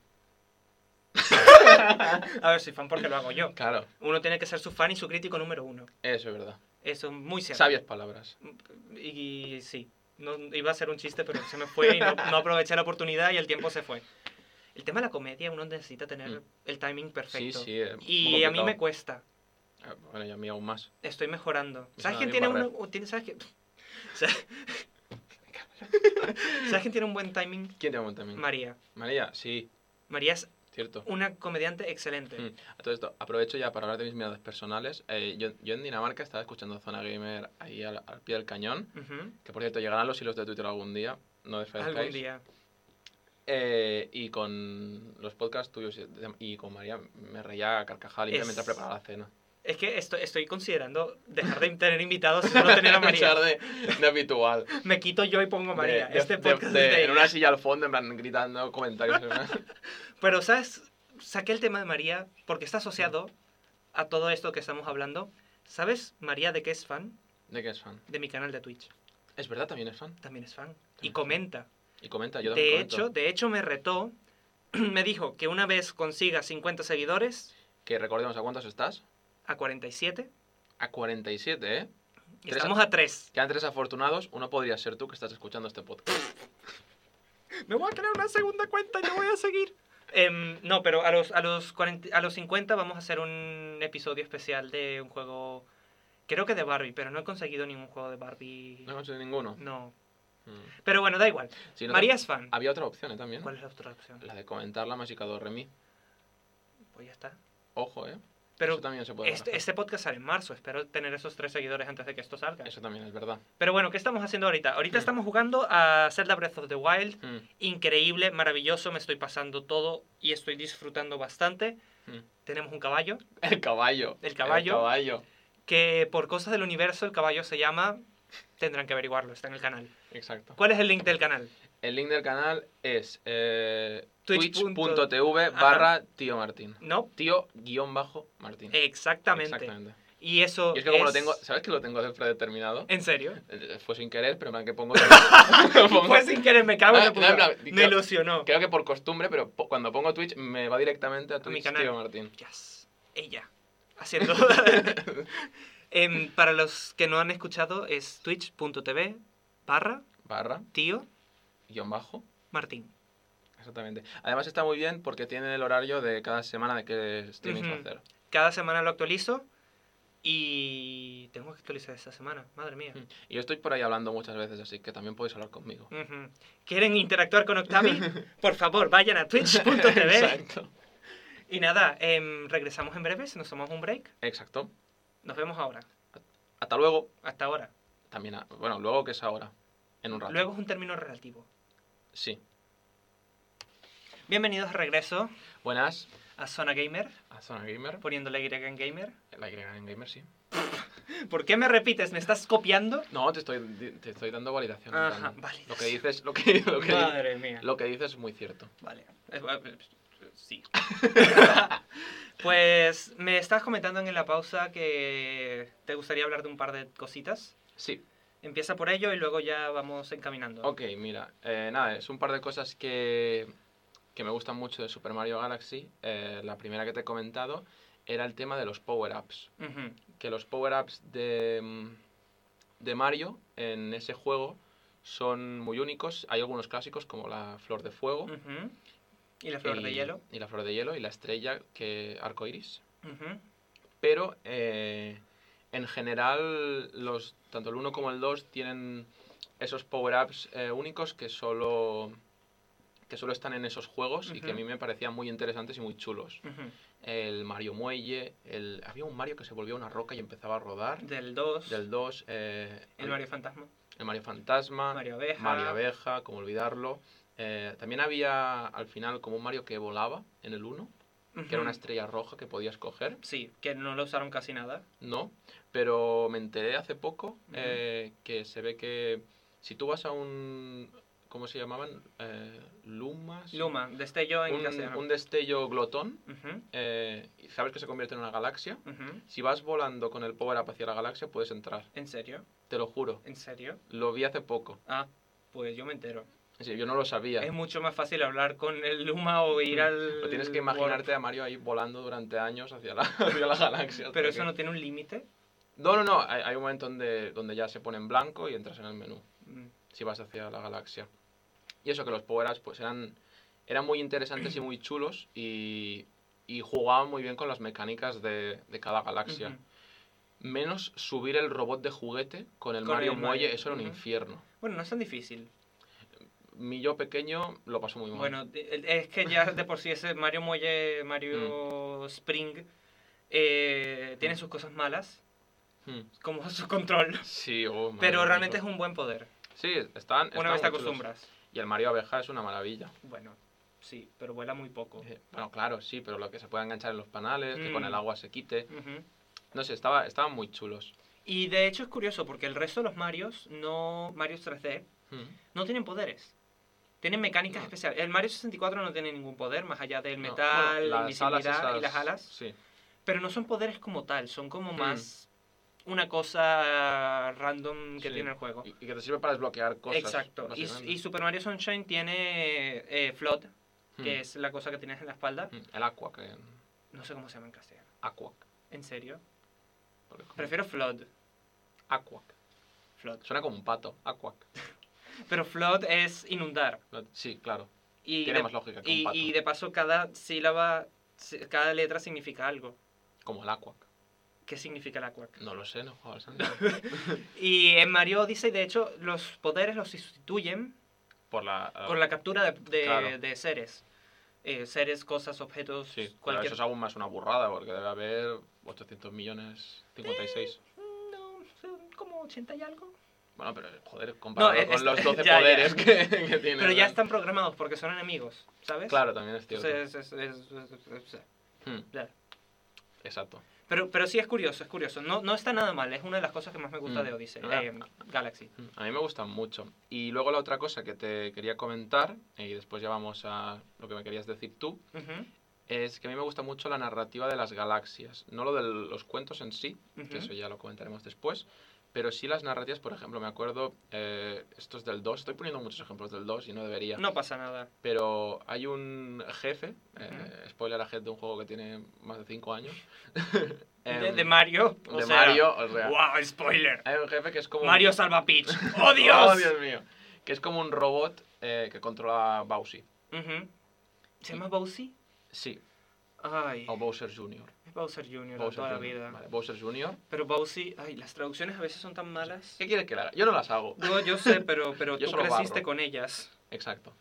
a ver, soy fan porque lo hago yo. Claro, Uno tiene que ser su fan y su crítico número uno. eso es verdad. Eso es muy cierto. Sabias palabras. Y, y sí, no, iba a ser un chiste, pero se me fue y no, no aproveché la oportunidad y el tiempo se fue. El tema de la comedia, uno necesita tener Mm. el timing perfecto. Sí, sí. es muy y a mí me complicado. cuesta. Ah, Bueno, y a mí aún más. Estoy mejorando. Es ¿Sabes una quién bien tiene barrer. un, tiene- ¿sabes quién? ¿Sabes ¿Sabes quién tiene un buen timing? ¿Quién te monta también? María. María, sí, María es cierto. una comediante excelente. Mm, A todo esto, aprovecho ya para hablar de mis miradas personales. Eh, yo, yo en Dinamarca estaba escuchando Zona Gamer ahí al, al pie del cañón. Ujú. Que por cierto, llegarán los hilos de Twitter algún día. No desfallezcáis. Algún día. Eh, y con los podcasts tuyos y- y con María me reía a carcajada limpia Es- mientras preparaba la cena. Es que estoy, estoy considerando dejar de tener invitados y solo tener a María. Pensar de, de habitual. Me quito yo y pongo a María. De- de- este de- podcast de- es de En ella. una silla al fondo, en plan, gritando comentarios. Pero, ¿sabes? Saqué el tema de María porque está asociado a todo esto que estamos hablando. ¿Sabes, María, de qué es fan? ¿De qué es fan? De mi canal de Twitch. Es verdad, también es fan. También es fan. También es fan. Y comenta. Y comenta, yo también De comento. hecho, de hecho, me retó. Me dijo que una vez consiga 50 seguidores, Que recordemos a cuántos estás. a 47, A 47, ¿eh? y Tres- estamos a 3. Quedan tres afortunados. Uno podría ser tú que estás escuchando este podcast. Me voy a crear una segunda cuenta y no voy a seguir. Em, no, pero a los, a, los 40 a los 50 vamos a hacer un episodio especial de un juego, creo que de Barbie, pero no he conseguido ningún juego de Barbie. No he conseguido ninguno. No. Mm. Pero bueno, da igual. Si no te- María es fan. Había otra opción ¿eh? también. ¿Cuál es la otra opción? La de comentar la mágica do Remi. Pues ya está. Ojo, ¿eh? Pero eso también se puede este, barajar. este podcast sale en marzo. Espero tener esos tres seguidores antes de que esto salga. Eso también es verdad. Pero bueno, ¿qué estamos haciendo ahorita? Ahorita Hmm. estamos jugando a Zelda Breath of the Wild. Mm, Increíble, maravilloso. Me estoy pasando todo y estoy disfrutando bastante. mm. Tenemos un caballo. El caballo. El caballo. El caballo. que por cosas del universo el caballo se llama, tendrán que averiguarlo, está en el canal. Exacto. ¿Cuál es el link del canal? El link del canal es eh, Twitch punto- twitch.tv Ajá. barra tío Martín. No, Tío guión bajo Martín. exactamente. Exactamente. Y eso Y es que como lo tengo, ¿sabes que lo tengo de predeterminado? ¿En serio? Eh, Fue sin querer, pero en plan que pongo... lo pongo- Pues sin querer me cago en No, la Ah, no, puta. no, Me creo- ilusionó. Creo que por costumbre, pero po- cuando pongo Twitch me va directamente a Twitch mi canal. tío Martín. Yes, Ella. Haciendo... Em, para los que no han escuchado es twitch.tv barra Barra tío guión bajo. Martín. Exactamente. Además está muy bien porque tiene el horario de cada semana de qué streamings va a Ujú. hacer. Cada semana lo actualizo y tengo que actualizar esta semana, madre mía. Mm. Y yo estoy por ahí hablando muchas veces, así que también podéis hablar conmigo. Ujú. ¿Quieren interactuar con Octavi? Por favor, vayan a twitch.tv. Exacto. y nada, em, regresamos en breve, si nos tomamos un break. Exacto. Nos vemos ahora. Hasta luego. Hasta ahora. También, a- bueno, luego que es ahora. En un rato. Luego es un término relativo. Sí. Bienvenidos de regreso Buenas. a Zona Gamer, A Zona Gamer. poniéndole Y en Gamer. La Y en Gamer, sí. ¿Por qué me repites? ¿Me estás copiando? No, te estoy, te estoy dando validación. en Ajá, plan, validación. Lo que dices, lo que, lo que, Madre mía. lo que dices es muy cierto. Vale. Es- eh, Sí. pues me estás comentando en la pausa que te gustaría hablar de un par de cositas. Sí. Empieza por ello y luego ya vamos encaminando. Ok, mira, eh, nada, es un par de cosas que, que me gustan mucho de Super Mario Galaxy. Eh, la primera que te he comentado era el tema de los power-ups. Ujú. Que los power-ups de, mm, de Mario en ese juego son muy únicos. Hay algunos clásicos como la flor de fuego. Ujú. Y Mm, la flor de y- hielo. Y la flor de hielo y la estrella que arcoiris. Ujú. Pero eh, en general, los, tanto el 1 como el 2 tienen esos power-ups eh, únicos que solo, que solo están en esos juegos y que a Ujú. mí me parecían muy interesantes y muy chulos. Ujú. El Mario Muelle, el, había un Mario que se volvía una roca y empezaba a rodar. Del 2. Del 2, eh, El Mario Fantasma. el Mario Fantasma, Mario Mario Abeja. Abeja, como olvidarlo. Eh, también había al final como un Mario que volaba en el 1. que era una estrella roja que podías coger. Sí, que no lo usaron casi nada. No, pero me enteré hace poco eh, que se ve que si tú vas a un... ¿Cómo se llamaban? Eh, lumas. Luma, destello en Un, castellano. un destello glotón. Ujú, eh, y sabes que se convierte en una galaxia. ujú. Si vas volando con el power up hacia la galaxia, puedes entrar. ¿En serio? Te lo juro. ¿En serio? Lo vi hace poco. Ah, pues yo me entero. Sí, yo no lo sabía. Es mucho más fácil hablar con el Luma o ir al... Pero tienes que imaginarte a Mario ahí volando durante años hacia la, hacia la galaxia. Warp. hasta Pero eso que- no tiene un límite. No, no, no. Hay, hay un momento donde, donde ya se pone en blanco y entras en el menú. Mm, Si vas hacia la galaxia. Y eso que los power-ups pues eran, eran muy interesantes y muy chulos. Y, y jugaban muy bien con las mecánicas de, de cada galaxia. ujú. Menos subir el robot de juguete con el Con Mario el Mario, Muelle. Eso era un ujú. infierno. Bueno, no es tan difícil. Mi yo pequeño lo pasó muy mal. Bueno, de- el- es que ya de por sí ese Mario Muelle, Mario Mm. Spring, eh, tiene sus cosas malas, Hmm. como su control. Sí, oh, Mm. madre Pero mía, realmente es eso. un buen poder, Sí, están. una están muy vez te chulos. acostumbras. Y el Mario Abeja es una maravilla. Bueno, sí, pero vuela muy poco. Eh, Bueno, claro, sí, pero lo que se pueda enganchar en los panales, que con Mm. el agua se quite. Ujú. No sé, estaba, estaban muy chulos. Y de hecho es curioso porque el resto de los Marios, no Marios 3D, Mm. no tienen poderes. Tienen mecánicas No. especiales. El Mario 64 no tiene ningún poder más allá del No, metal, bueno, la las alas invisibilidad y esas- las alas. Sí. Pero no son poderes como tal, son como Mm. más una cosa random que Sí. tiene el juego. Y, y que te sirve para desbloquear cosas. Exacto. Y, básicamente. y Super Mario Sunshine tiene eh, Float, Mm. que es la cosa que tienes en la espalda. Mm, El Aqua, que. No sé cómo se llama en castellano. Aqua. ¿En serio? porque como- Prefiero Float. Aqua. Float. Suena como un pato. Aqua. Pero Float es inundar. Lo- Sí, claro. Y Tiene de, más lógica que un y, pato. y de paso cada sílaba, si- cada letra significa algo. Como el Aqua. ¿Qué significa el aquac? No lo sé, no he jugado al Sunshine. Y en Mario Odyssey, de hecho, los poderes los sustituyen Por la. eh, la- con la captura de, de- Claro. de seres. Eh, seres, cosas, objetos, Sí, pero cualquier... eso es aún más una burrada, porque debe haber 800 millones 56. Mm, No, son como 80 y algo. Bueno, pero joder, comparado No, es- este, con los 12 ya, ya. poderes Que, que tiene. Pero ya ¿verdad? están programados porque son enemigos, ¿sabes? Claro, también es cierto. Entonces, es- es- es- es- es- Hmm, ya. exacto. Pero, pero sí es curioso, es curioso. No, no está nada mal, es una de las cosas que más me gusta Mm. de Odyssey, Ah. eh, Galaxy. Hmm, A mí me gustan mucho. Y luego la otra cosa que te quería comentar, y después ya vamos a lo que me querías decir tú, Ujú, es que a mí me gusta mucho la narrativa de las galaxias. No lo de los cuentos en sí, ujú. que eso ya lo comentaremos después, pero sí las narrativas, por ejemplo, me acuerdo, eh, estos del 2, estoy poniendo muchos ejemplos del 2 y no debería. No pasa nada. pero hay un jefe, eh, spoiler ahead de un juego que tiene más de 5 años. de, em, de Mario. o de sea, Mario, o sea, ¡Wow! ¡Spoiler! hay un jefe que es como... Mario salva Peach. ¡Oh, Dios! ¡Oh, Dios mío! Que es como un robot eh, que controla a Bowsy. Ujú. ¿Se llama Bowsy? Sí, Ay, o Bowser Jr. es Bowser Jr. de Oh, Bowser toda la Jr., vida. vale, Bowser Jr. Pero Bowsy, ay, las traducciones a veces son tan malas. ¿Qué quieres que le haga? Yo no las hago. Yo, yo sé, pero, pero Eh, Yo tú solo creciste barro. con ellas. Exacto.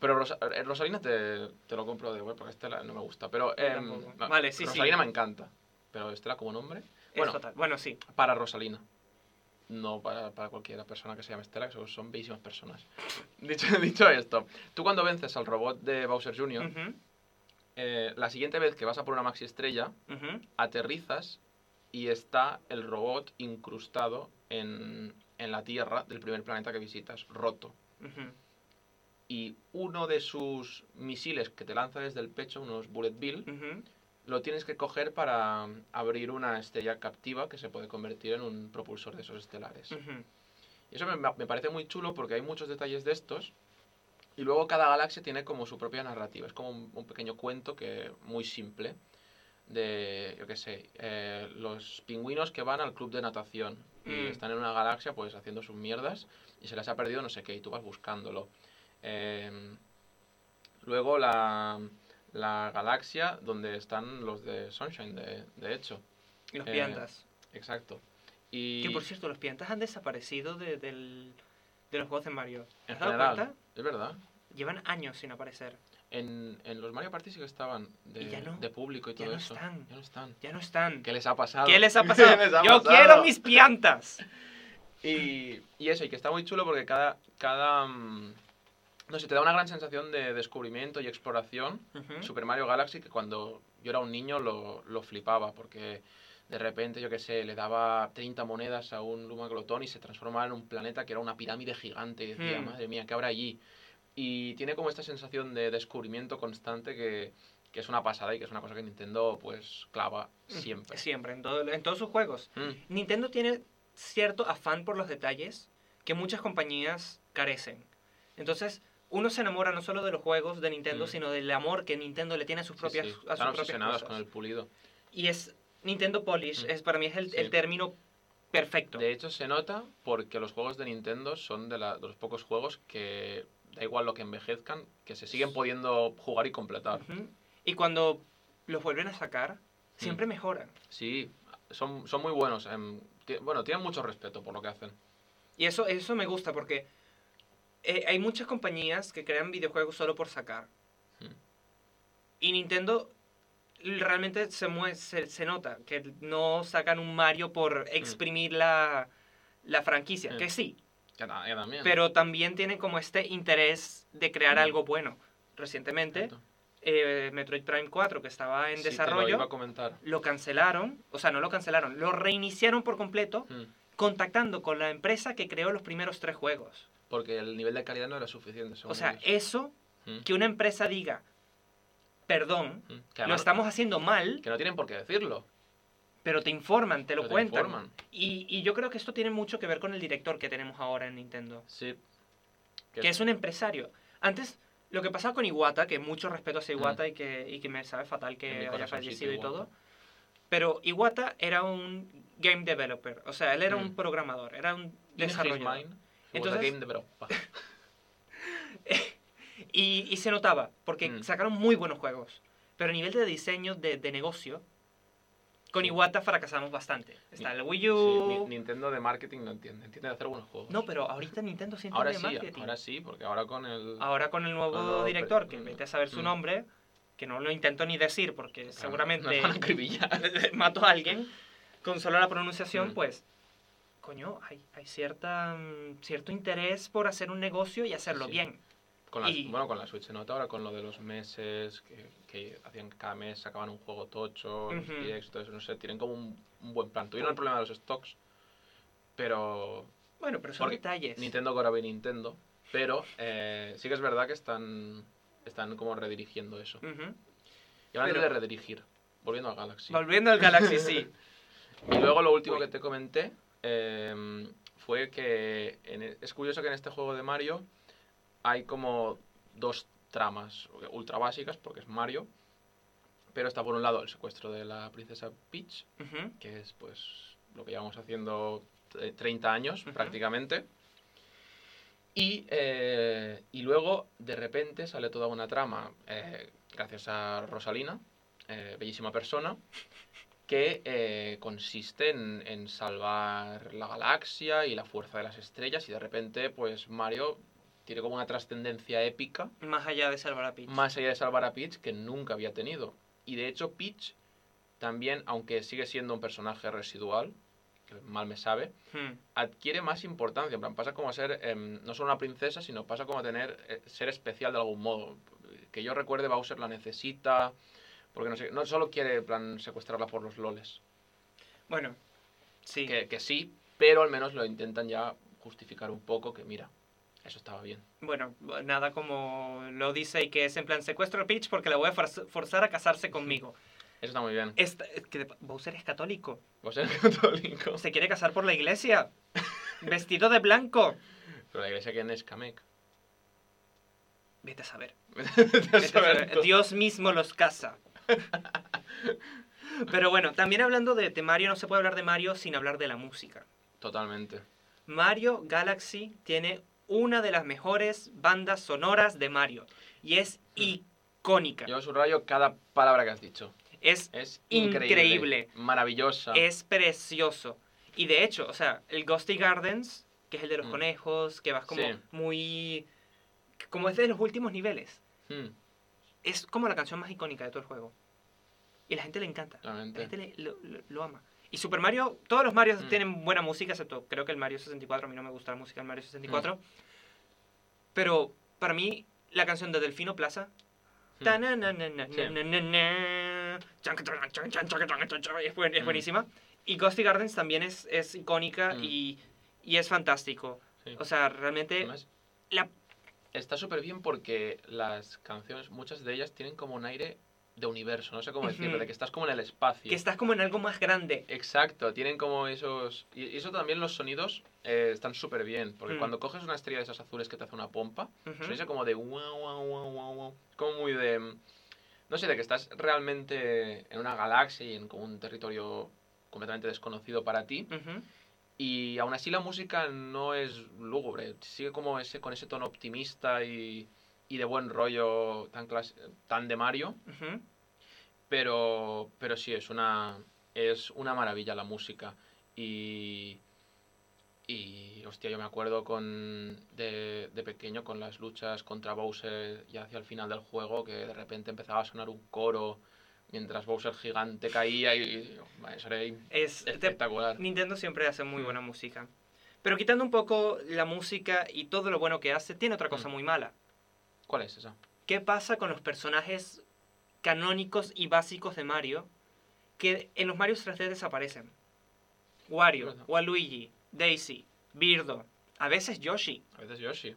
Pero Rosa- eh, Rosalina te, te lo compro de web porque Estela no me gusta. Pero Yo em, tampoco. no, Vale, sí, sí. Rosalina me encanta. Pero Estela como nombre. es Bueno, fatal. Bueno, sí. para Rosalina. No para, para cualquier persona que se llame Estela, que son- son bellísimas personas. dicho, dicho esto, tú cuando vences al robot de Bowser Jr., Ujú, eh, la siguiente vez que vas a por una maxi estrella, ujú. aterrizas y está el robot incrustado en, en la Tierra del primer planeta que visitas, roto. Ujú. Y uno de sus misiles que te lanza desde el pecho, unos Bullet Bill, Ujú. lo tienes que coger para mm, abrir una estrella captiva que se puede convertir en un propulsor de esos estelares. Ujú. Y eso me, me parece muy chulo porque hay muchos detalles de estos. Y luego cada galaxia tiene como su propia narrativa. Es como un, un pequeño cuento que muy simple. De, yo qué sé, eh, los pingüinos que van al club de natación y Mm. están en una galaxia pues haciendo sus mierdas y se les ha perdido no sé qué y tú vas buscándolo. Eh, luego la, la galaxia donde están los de Sunshine, de, de hecho. Y los Eh, piantas. Exacto. Y Que por cierto, los piantas han desaparecido de, del- de los juegos de Mario. ¿Te en has dado general, cuenta? es verdad. Llevan años sin aparecer. En, en los Mario Party sí que estaban de, Y ya no. de público y Ya todo no eso. están. Ya no están. Ya no están. ¿Qué les ha pasado? ¿Qué les ha pasado? les ha pasado? Yo quiero mis piantas. Y, y eso, y que está muy chulo porque cada, cada mm, No sé, te da una gran sensación de descubrimiento y exploración. Ujú. Super Mario Galaxy, que cuando yo era un niño lo, lo flipaba, porque de repente, yo qué sé, le daba 30 monedas a un Luma Glotón y se transformaba en un planeta que era una pirámide gigante. Y decía, Hmm. madre mía, ¿qué habrá allí? Y tiene como esta sensación de descubrimiento constante que, que es una pasada y que es una cosa que Nintendo pues clava Hmm. siempre. Siempre, en, todo- en todos sus juegos. Mm, Nintendo tiene cierto afán por los detalles que muchas compañías carecen. Entonces, uno se enamora no solo de los juegos de Nintendo, Mm. sino del amor que Nintendo le tiene a sus sí, propias, sí, A sus Están propias obsesionados cosas. con el pulido. Y es Nintendo Polish, Mm. es, para mí es el, Sí. el término perfecto. De hecho, se nota porque los juegos de Nintendo son de, la- de los pocos juegos que, da igual lo que envejezcan, que se siguen pudiendo jugar y completar. Ujú. Y cuando los vuelven a Mm. sacar, siempre mejoran. Sí, son, son muy buenos. em, ti- bueno, tienen mucho respeto por lo que hacen. Y eso, eso me gusta porque eh, hay muchas compañías que crean videojuegos solo por sacar. Hmm. Y Nintendo realmente se, mue- se, se nota que no sacan un Mario por exprimir la, la franquicia, Hmm. que sí, Ya, ta- ya también. pero también tienen como este interés de crear Hmm. algo bueno. Recientemente, Exacto. eh, Metroid Prime 4, que estaba en Sí, te desarrollo, lo iba a comentar. lo cancelaron, o sea, no lo cancelaron, lo reiniciaron por completo, Mm, contactando con la empresa que creó los primeros tres juegos. Porque el nivel de calidad no era suficiente. según O sea, ellos. eso, Mm, que una empresa diga, perdón, mm, que lo además- estamos haciendo mal, Que no tienen por qué decirlo. pero te informan, te lo pero te cuentan. informan. Y, y yo creo que esto tiene mucho que ver con el director que tenemos ahora en Nintendo, Sí. que es un empresario. Antes, lo que pasaba con Iwata, que mucho respeto hacia Iwata y, que, y que me sabe fatal En mi que haya corazoncito, fallecido y Iwata. todo, pero Iwata era un game developer, o sea, él era Mm. un programador, era un In his desarrollador. mind, he was a Entonces- game developer. Y, y se notaba, porque Mm. sacaron muy buenos juegos. Pero a nivel de diseño, de, de negocio, con Sí. Iwata fracasamos bastante. Está Ni- el Wii Sí, U. Ni- Nintendo de marketing no entiende. Entiende de hacer buenos juegos. No, pero ahorita Nintendo siente ahora de sí, marketing. ahora sí, porque ahora con el. Ahora con el nuevo Con lo- director, que pero- vete a saber su mm. Ah, nombre, que no lo intento ni decir porque Claro, seguramente nos van a acribillar. mato a alguien, con solo la pronunciación, Mm. pues, coño, hay, hay cierta, mm, cierto interés por hacer un negocio y hacerlo sí. bien. Con la, Y- Bueno, con la Switch se nota ahora con lo de los meses, que, que hacían que cada mes sacaban un juego tocho, los Ujú. directs, todo eso, no sé, tienen como un, un buen plan. Tuvieron el problema de los stocks, pero Bueno, pero son Porque detalles. Nintendo Corabi Nintendo, pero eh, sí que es verdad que están, están como redirigiendo eso. Ujú. Y hablando Pero- de redirigir, volviendo a Galaxy. Volviendo al Galaxy, sí. Y luego lo último Uy. que te comenté eh, fue que en e- es curioso que en este juego de Mario hay como dos tramas ultra básicas, porque es Mario, pero está por un lado el secuestro de la princesa Peach, Ujú. que es pues lo que llevamos haciendo tre- 30 años Ujú. prácticamente. Y, eh, y luego de repente sale toda una trama, eh, gracias a Rosalina, eh, bellísima persona, que eh, consiste en, en salvar la galaxia y la fuerza de las estrellas y de repente pues Mario tiene como una trascendencia épica Más allá de salvar a Peach. más allá de salvar a Peach que nunca había tenido. Y de hecho Peach también, aunque sigue siendo un personaje residual, que mal me sabe, Hmm. adquiere más importancia. En plan, pasa como a ser em, no solo una princesa, sino pasa como a tener eh, ser especial de algún modo. Que yo recuerde, Bowser la necesita, porque no sé, no solo quiere en plan secuestrarla por los loles, Bueno, sí. que, que sí, pero al menos lo intentan ya justificar un poco que mira, eso estaba bien. Bueno, nada como lo dice y que es en plan secuestro a Peach porque la voy a forz- forzar a casarse conmigo. Eso está muy bien. Esta- es que Bowser es católico. Bowser es católico. Se quiere casar por la iglesia. Vestido de blanco. Pero la iglesia que es Kamek. Vete a saber. Vete a saber. Dios mismo los casa. Pero bueno, también hablando de, de Mario, no se puede hablar de Mario sin hablar de la música. Totalmente. Mario Galaxy tiene una de las mejores bandas sonoras de Mario. Y es icónica. Yo subrayo cada palabra que has dicho. Es Es increíble. Increíble. Maravillosa. Es precioso. Y de hecho, o sea, el Ghosty Gardens, que es el de los Mm. conejos, que vas como Sí. muy... Como es de los últimos niveles. Mm, Es como la canción más icónica de todo el juego. Y la gente le encanta. La totalmente. gente le- lo, lo- lo ama. Y Super Mario, todos los Marios Mm. tienen buena Mm. música, excepto creo que el Mario 64. A mí no me gusta la música del Mario 64. Pero para mí, la canción de Delfino Plaza. Hmm. tanananana, Sí. nananana, chan, chan, chan, chan, chan, chan, chan, chan, Es Mm. buen- es buenísima. Y Ghosty Gardens también es, es icónica Hmm. y, y es fantástico. Sí. O sea, realmente Además, la está súper bien porque las canciones, muchas de ellas tienen como un aire de universo, no sé cómo Ujú. decirlo, de que estás como en el espacio. que estás como en algo más grande. Exacto, tienen como esos... Y y eso también los sonidos eh, están súper bien, porque Mm. cuando coges una estrella de esas azules que te hace una pompa, Ujú. suena como de guau, guau, guau, guau, guau. Como muy de... mm, No sé, de que estás realmente en una galaxia y en como un territorio completamente desconocido para ti. Ujú. Y aún así la música no es lúgubre, sigue como ese, con ese tono optimista y, y de buen rollo tan, clas- tan de Mario, Ujú. pero, pero sí, es una, es una maravilla la música. Y, y, hostia, yo me acuerdo con, de, de pequeño con las luchas contra Bowser ya hacia el final del juego, que de repente empezaba a sonar un coro mientras Bowser gigante caía y, y eso era Es, te- espectacular. Nintendo siempre hace muy Mm. buena música. Pero quitando un poco la música y todo lo bueno que hace, tiene otra cosa Mm. muy mala. ¿Cuál es esa? ¿Qué pasa con los personajes canónicos y básicos de Mario que en los Mario 3D desaparecen? Wario, Bueno. Waluigi, Daisy, Birdo, a veces Yoshi, A veces Yoshi.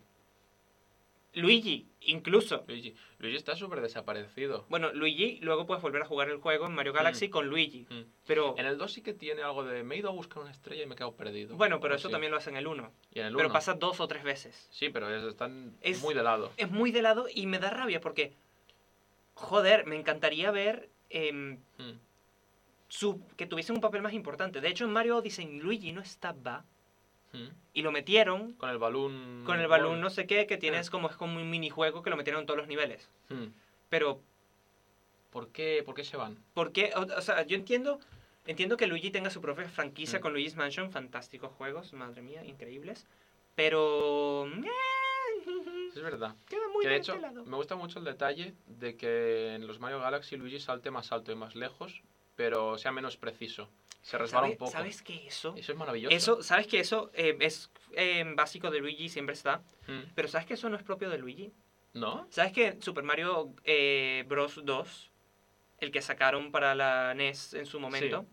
Luigi, incluso. Luigi. Luigi está súper desaparecido. Bueno, Luigi, luego puedes volver a jugar el juego en Mario Galaxy con Luigi. Mm. Pero En el 2 sí que tiene algo de me he ido a buscar una estrella y me he quedado perdido. bueno, pero Algo eso así. también lo hacen en el 1. Y en el Pero uno. pasa dos o tres veces. Sí, pero es- están Es- muy de lado. es muy de lado y me da rabia porque, joder, me encantaría ver em, Mm. su, que tuviesen un papel más importante. De hecho, en Mario Odyssey Luigi no estaba Mm. y lo metieron Con el balón. con el balón no sé qué, que Ah. tienes como es como un minijuego que lo metieron en todos los niveles. Mm. Pero, ¿Por qué, ¿Por qué se van? ¿por qué? O, o sea, yo entiendo, entiendo que Luigi tenga su propia franquicia Mm. con Luigi's Mansion, fantásticos juegos, madre mía, increíbles. Pero... eh, Es verdad. Queda muy que de de hecho, este lado. me gusta mucho el detalle de que en los Mario Galaxy Luigi salte más alto y más lejos, pero sea menos preciso. Se resbala un ¿Sabe- poco. ¿Sabes qué eso? Eso es maravilloso. Eso, ¿sabes que eso eh, es eh, básico de Luigi siempre está? Mm. Pero ¿sabes que eso no es propio de Luigi? ¿No? ¿Sabes que en Super Mario eh, Bros. 2, el que sacaron para la NES en su momento,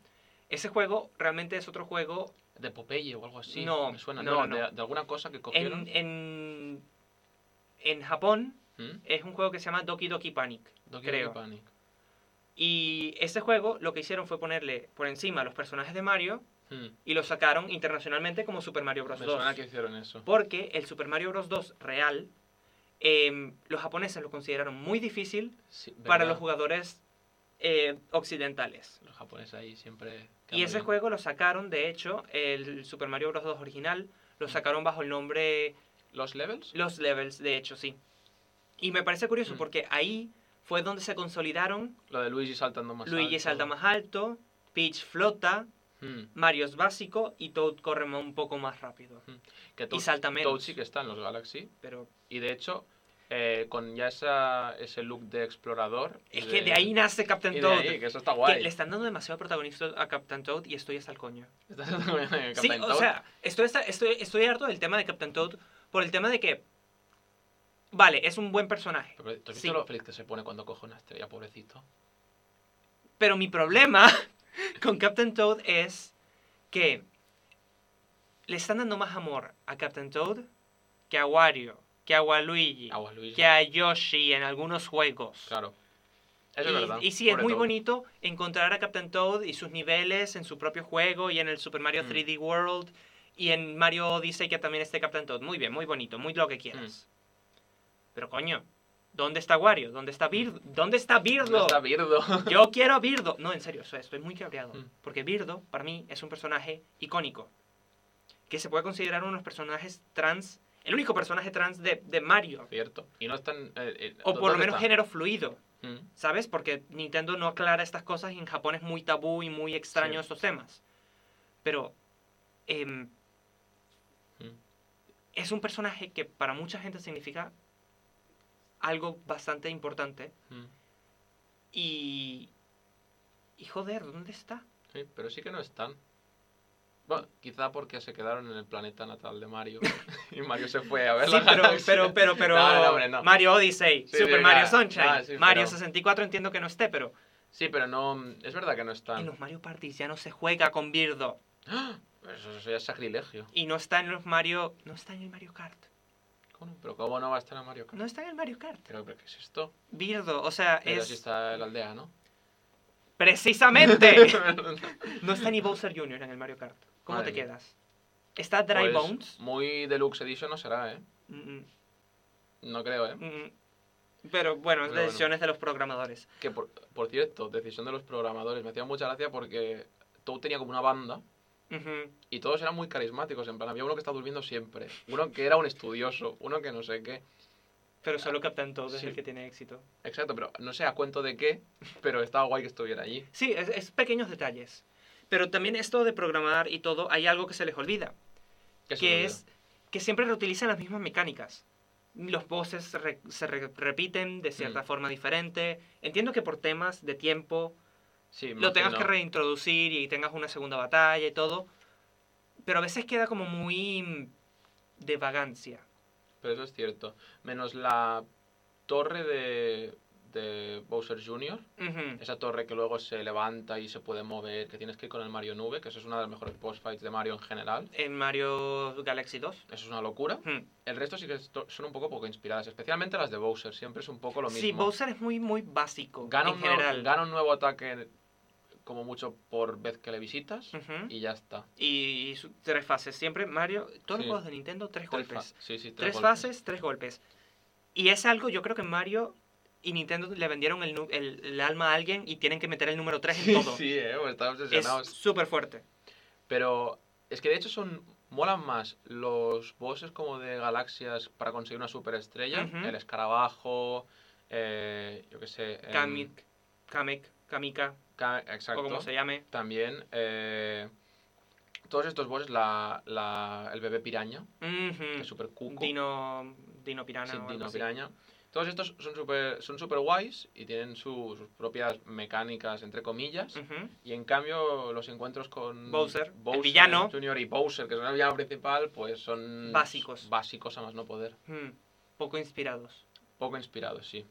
ese juego realmente es otro juego De Popeye o algo así. No, me suena. no, No, de- no. De, alguna cosa que en, cogieron. en, en Japón, Mm. es un juego que se llama Doki Doki Panic. Doki Doki creo. Panic. Y ese juego lo que hicieron fue ponerle por encima los personajes de Mario Mm. y lo sacaron internacionalmente como Super Mario Bros. Me 2. suena que hicieron eso. Porque el Super Mario Bros. 2 real, em, los japoneses lo consideraron muy difícil Sí, para ¿verdad? los jugadores eh, occidentales. Los japoneses ahí siempre... Y quedan ese bien. juego lo sacaron, de hecho, el Super Mario Bros. 2 original, lo sacaron bajo el nombre ¿Los levels? Los Levels, de hecho, sí. Y me parece curioso Mm. porque ahí fue donde se consolidaron Lo de Luigi saltando más Luigi salta más alto, Peach flota, Mm. Mario es básico y Toad corre mo- un poco más rápido. Que Toad- salta menos. Toad sí que está en los Galaxy. Pero Y de hecho, eh, con ya esa, ese look de explorador... y es que de ahí nace y Captain de Toad. ahí, que eso está Que guay. le están dando demasiado protagonismo a Captain Toad y estoy hasta el coño. Estás en el sí, Captain o Toad. sea, estoy, hasta- estoy, estoy harto del tema de Captain Toad por el tema de que, vale, es un buen personaje, Pero, ¿Tú has sí. visto lo feliz que se pone cuando coge una estrella, pobrecito? pero mi problema con Captain Toad es que le están dando más amor a Captain Toad que a Wario, que a Waluigi, Agua, Luigi. que a Yoshi en algunos juegos. Claro. Eso y, es verdad. y sí, es Pobre muy Toad. bonito encontrar a Captain Toad y sus niveles en su propio juego y en el Super Mario Mm. 3D World y en Mario Odyssey que también esté Captain Toad. Muy bien, muy bonito, muy lo que quieras. Mm. Pero coño, ¿dónde está Wario? ¿Dónde está Birdo? ¿Dónde está Birdo? Mm. ¿Dónde está Birdo? Yo quiero a Birdo. No, en serio, o sea, estoy muy cabreado. Mm. Porque Birdo, para mí, es un personaje icónico. Que se puede considerar uno de los personajes trans. El único personaje trans de, de Mario. Cierto. Y no están... eh, eh, O por ¿dónde lo menos está? género fluido. Mm. ¿Sabes? Porque Nintendo no aclara estas cosas y en Japón es muy tabú y muy extraño Sí. estos temas. Pero em, Mm. es un personaje que para mucha gente significa algo bastante importante. Mm. Y. Y joder, ¿dónde está? Sí, pero sí que no están. Bueno, quizá porque se quedaron en el planeta natal de Mario y Mario se fue a ver Sí, la pero, galaxia. pero, pero, pero No, no, hombre, no. Mario Odyssey, Sí, Super sí, Mario nada, Sunshine, nada, sí, Mario pero- 64 entiendo que no esté, pero Sí, pero no... Es verdad que no están. en los Mario Parties ya no se juega con Birdo Eso, eso ya es sacrilegio. y no está en los Mario, no está en el Mario Kart, ¿Cómo no? ¿Pero cómo no va a estar a Mario Kart? no está en el Mario Kart. Pero, pero ¿qué es esto? Birdo, o sea, Pero es sí está la aldea, ¿no? Pues precisamente no está ni Bowser Jr. en el Mario Kart. ¿Cómo Madre te mía. quedas? Está Dry Pues, Bones. Muy deluxe edition no será, ¿eh? Mm, mm, No creo, ¿eh? mm, mm. Pero bueno, es Pero bueno. decisiones de los programadores. Que por, por cierto, decisión de los programadores. Me hacía mucha gracia porque todo tenía como una banda Ujú. y todos eran muy carismáticos. En plan, había uno que estaba durmiendo siempre, uno que era un estudioso, uno que no sé qué. Pero solo captan todos, es Sí. el que tiene éxito. Exacto, pero no sé a cuento de qué, pero estaba guay que estuviera allí. Sí, es, es pequeños detalles. Pero también esto de programar y todo, hay algo que se les olvida, Que se me que olvidó. es que siempre reutilizan las mismas mecánicas. Los voces se re- repiten de cierta Mm. forma diferente. Entiendo que por temas de tiempo Sí, lo tengas que imagino. reintroducir y tengas una segunda batalla y todo. Pero a veces queda como muy mm, de vagancia. Pero eso es cierto. Menos la torre de, de Bowser Jr., Ujú. esa torre que luego se levanta y se puede mover, que tienes que ir con el Mario Nube, que eso es una de las mejores boss fights de Mario en general. En Mario Galaxy 2. Eso es una locura. Ujú. El resto sí que esto- son un poco poco inspiradas, especialmente las de Bowser, siempre es un poco lo mismo. Sí, Bowser es muy, muy básico gana en un, nuevo, general. gana un nuevo ataque como mucho por vez que le visitas Ujú. y ya está. y, y su- tres fases. Siempre Mario, todos los Sí. juegos de Nintendo, tres, Tres golpes. fa- sí, sí, tres tres golpes. fases, tres golpes. Y es algo, yo creo que Mario y Nintendo le vendieron el, nu- el, el alma a alguien y tienen que meter el número 3 en Sí, todo. sí, eh, pues están es obsesionados. súper fuerte. Pero es que de hecho son molan más los bosses como de galaxias para conseguir una superestrella, Ujú. el escarabajo, eh, yo qué sé, em, Kamik, Kamek, Kamika, Ka- o como exacto. se llame. También eh, todos estos bosses, la, la- el bebé piraña, que Ujú. es super cuco, Mm, Dino, Dino Pirana. sí, o algo Dino así. piraña. Todos estos son super, son super guays y tienen su- sus propias mecánicas, entre comillas. Ujú. Y en cambio, los encuentros con Bowser, el villano. Junior y Bowser, que son el villano principal, pues son. Básicos. Básicos a más no poder. Mm. Poco inspirados. Poco inspirados, sí.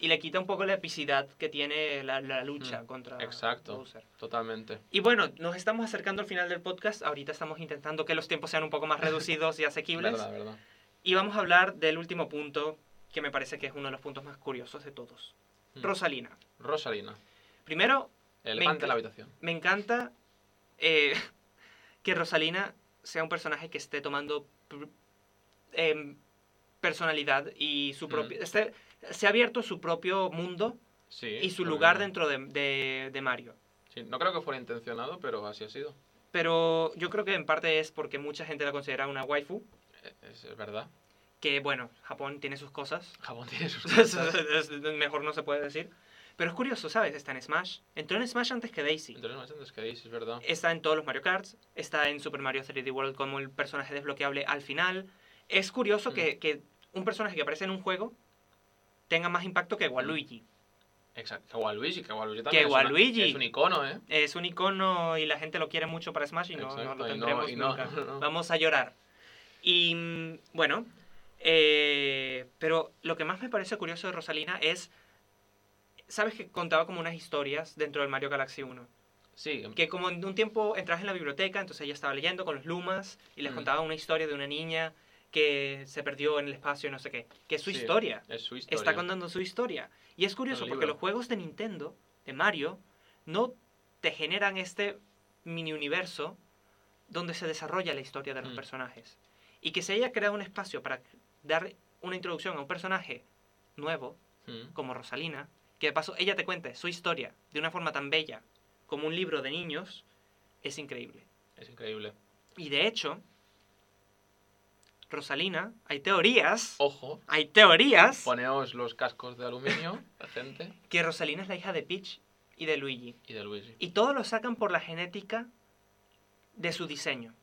Y le quita un poco la epicidad que tiene la, la lucha Mm, contra exacto. Bowser. Totalmente. Y bueno, nos estamos acercando al final del podcast. Ahorita estamos intentando que los tiempos sean un poco más reducidos y asequibles. Verdad, verdad. Y vamos a hablar del último punto, que me parece que es uno de los puntos más curiosos de todos. Mm. Rosalina. Rosalina. Primero, El Me elefante en la encanta. habitación. me encanta eh, que Rosalina sea un personaje que esté tomando pr- em, personalidad y su Mm. propio... esté- se ha abierto su propio mundo Sí. y su pero- lugar dentro de- de- de Mario. Sí, no creo que fuera intencionado, pero así ha sido. Pero yo creo que en parte es porque mucha gente la considera una waifu. Eh, Es, es verdad. que bueno, Japón tiene sus cosas. Japón tiene sus cosas. Mejor no se puede decir. Pero es curioso, ¿sabes? Está en Smash. Entró en Smash antes que Daisy. Entonces, más antes que ahí, sí, es verdad. Está en todos los Mario Karts. Está en Super Mario 3D World como el personaje desbloqueable al final. Es curioso Mm. que, que un personaje que aparece en un juego tenga más impacto que Waluigi. Mm. Exacto. Que Waluigi, que Waluigi también. es Waluigi. una- es un icono, ¿eh? Es un icono y la gente lo quiere mucho para Smash y no, no Exacto, lo y no- tendremos y no- nunca. no. Vamos a llorar. Y mm, bueno, eh, pero lo que más me parece curioso de Rosalina es, sabes que contaba como unas historias dentro del Mario Galaxy 1, Sí, que como en un tiempo entras en la biblioteca, entonces ella estaba leyendo con los Lumas y les Mm. contaba una historia de una niña que se perdió en el espacio y no sé qué, que es su Sí. historia es su historia. está contando su historia. Y es curioso El porque libro. los juegos de Nintendo, de Mario, no te generan este mini universo donde se desarrolla la historia de los Mm. personajes. Y que se haya creado un espacio para dar una introducción a un personaje nuevo, Mm. como Rosalina, que de paso ella te cuente su historia de una forma tan bella como un libro de niños, es increíble. Es increíble. Y de hecho, Rosalina, hay teorías, Ojo, hay teorías Poneos los cascos de aluminio, la gente, que Rosalina es la hija de Peach y de Luigi. y de Luigi. Y todos lo sacan por la genética de su diseño,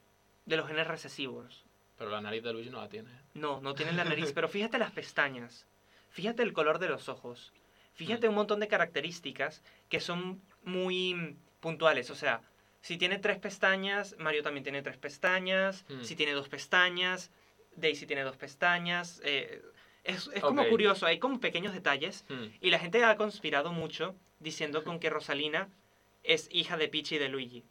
de los genes recesivos. Pero la nariz de Luigi no la tiene. ¿eh? No, no tienen la nariz, pero fíjate las pestañas, fíjate el color de los ojos, fíjate un montón de características que son muy mm, puntuales. O sea, Si tiene tres pestañas, Mario también tiene tres pestañas. Hmm. Si tiene dos pestañas, Daisy tiene dos pestañas. eh, es es como Ok. curioso, hay como pequeños detalles. Hmm. Y la gente ha conspirado mucho diciendo con que Rosalina es hija de Peach y de Luigi.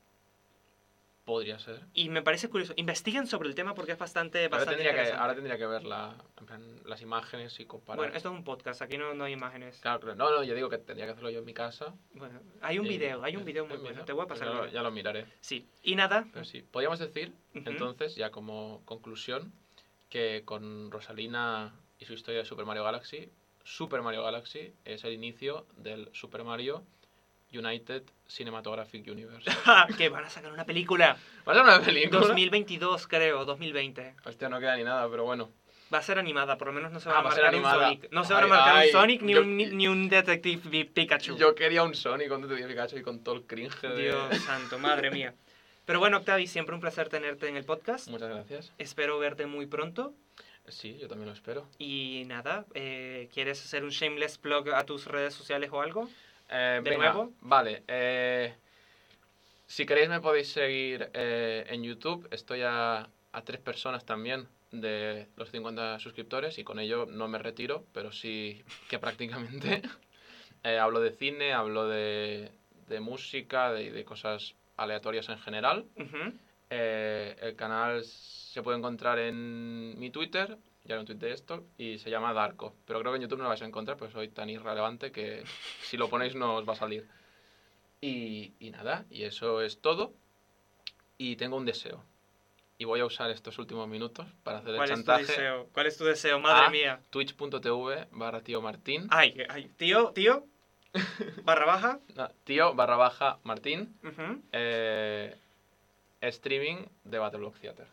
Podría ser. Y me parece curioso. Investiguen sobre el tema porque es bastante, Ahora bastante tendría, que, interesante. ahora tendría que ver la- en plan, las imágenes y comparar. Bueno, esto es un podcast, aquí no, no hay imágenes. Claro, claro. No, no, yo digo que tendría que hacerlo yo en mi casa. Bueno, hay un Y- video, hay un video muy eh, bueno. mira, Te voy a pasar ya el lo, video. ya lo miraré. Sí. Y nada, Pero sí, podríamos decir, Ujú. entonces, ya como conclusión, que con Rosalina y su historia de Super Mario Galaxy, Super Mario Galaxy es el inicio del Super Mario United Cinematographic Universe. que van a sacar una película. ¿Va a ser una película? 2022, creo, 2020. Hostia, no queda ni nada, pero bueno. Va a ser animada, por lo menos no se Ah, va a va a ser marcar un animada. Sonic. No se van a Ay, marcar ay, un Sonic ni, yo- un, ni- ni un Detective Pi- Pikachu. Yo quería un Sonic con Detective Pikachu y con todo el cringe de... Dios santo, madre mía. Pero bueno, Octavi, siempre un placer tenerte en el podcast. Muchas gracias. Espero verte muy pronto. Sí, yo también lo espero. Y nada, eh, ¿quieres hacer un shameless plug a tus redes sociales o algo? Eh, ¿De venga, nuevo? Vale. eh, si queréis me podéis seguir eh, en YouTube. Estoy a, a tres personas también de los 50 suscriptores y con ello no me retiro, pero sí que prácticamente eh, hablo de cine, hablo de, de música, de, de cosas aleatorias en general. Ujú. Eh, el canal se puede encontrar en mi Twitter, ya no tuit de esto, y se llama Darko. Pero creo que en YouTube no lo vais a encontrar, pues soy tan irrelevante que si lo ponéis no os va a salir. Y, y nada, y eso es todo. Y tengo un deseo. Y voy a usar estos últimos minutos para hacer el ¿Cuál es tu chantaje. deseo? ¿Cuál es tu deseo? Madre Ah. mía. Twitch.tv barra tío Martín. Ay, ay, tío, tío. Barra baja. No, tío barra baja Martín. Ujú. eh, streaming de Battleblock Theater.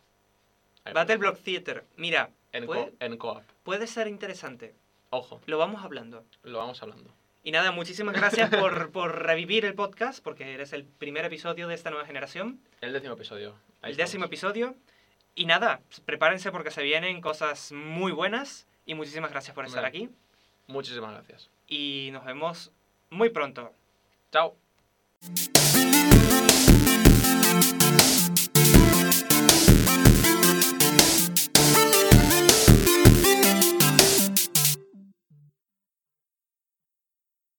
Ahí lo Battle dejo. Block Theater. Mira, En, co- puede, en co-op. puede ser interesante. Ojo, Lo vamos hablando. lo vamos hablando. Y nada, muchísimas gracias por, por revivir el podcast, porque eres el primer episodio de esta nueva generación. El décimo episodio. Ahí el décimo estamos. episodio. Y nada, prepárense porque se vienen cosas muy buenas. Y muchísimas gracias por estar Hombre. aquí. Muchísimas gracias. Y nos vemos muy pronto. Chao.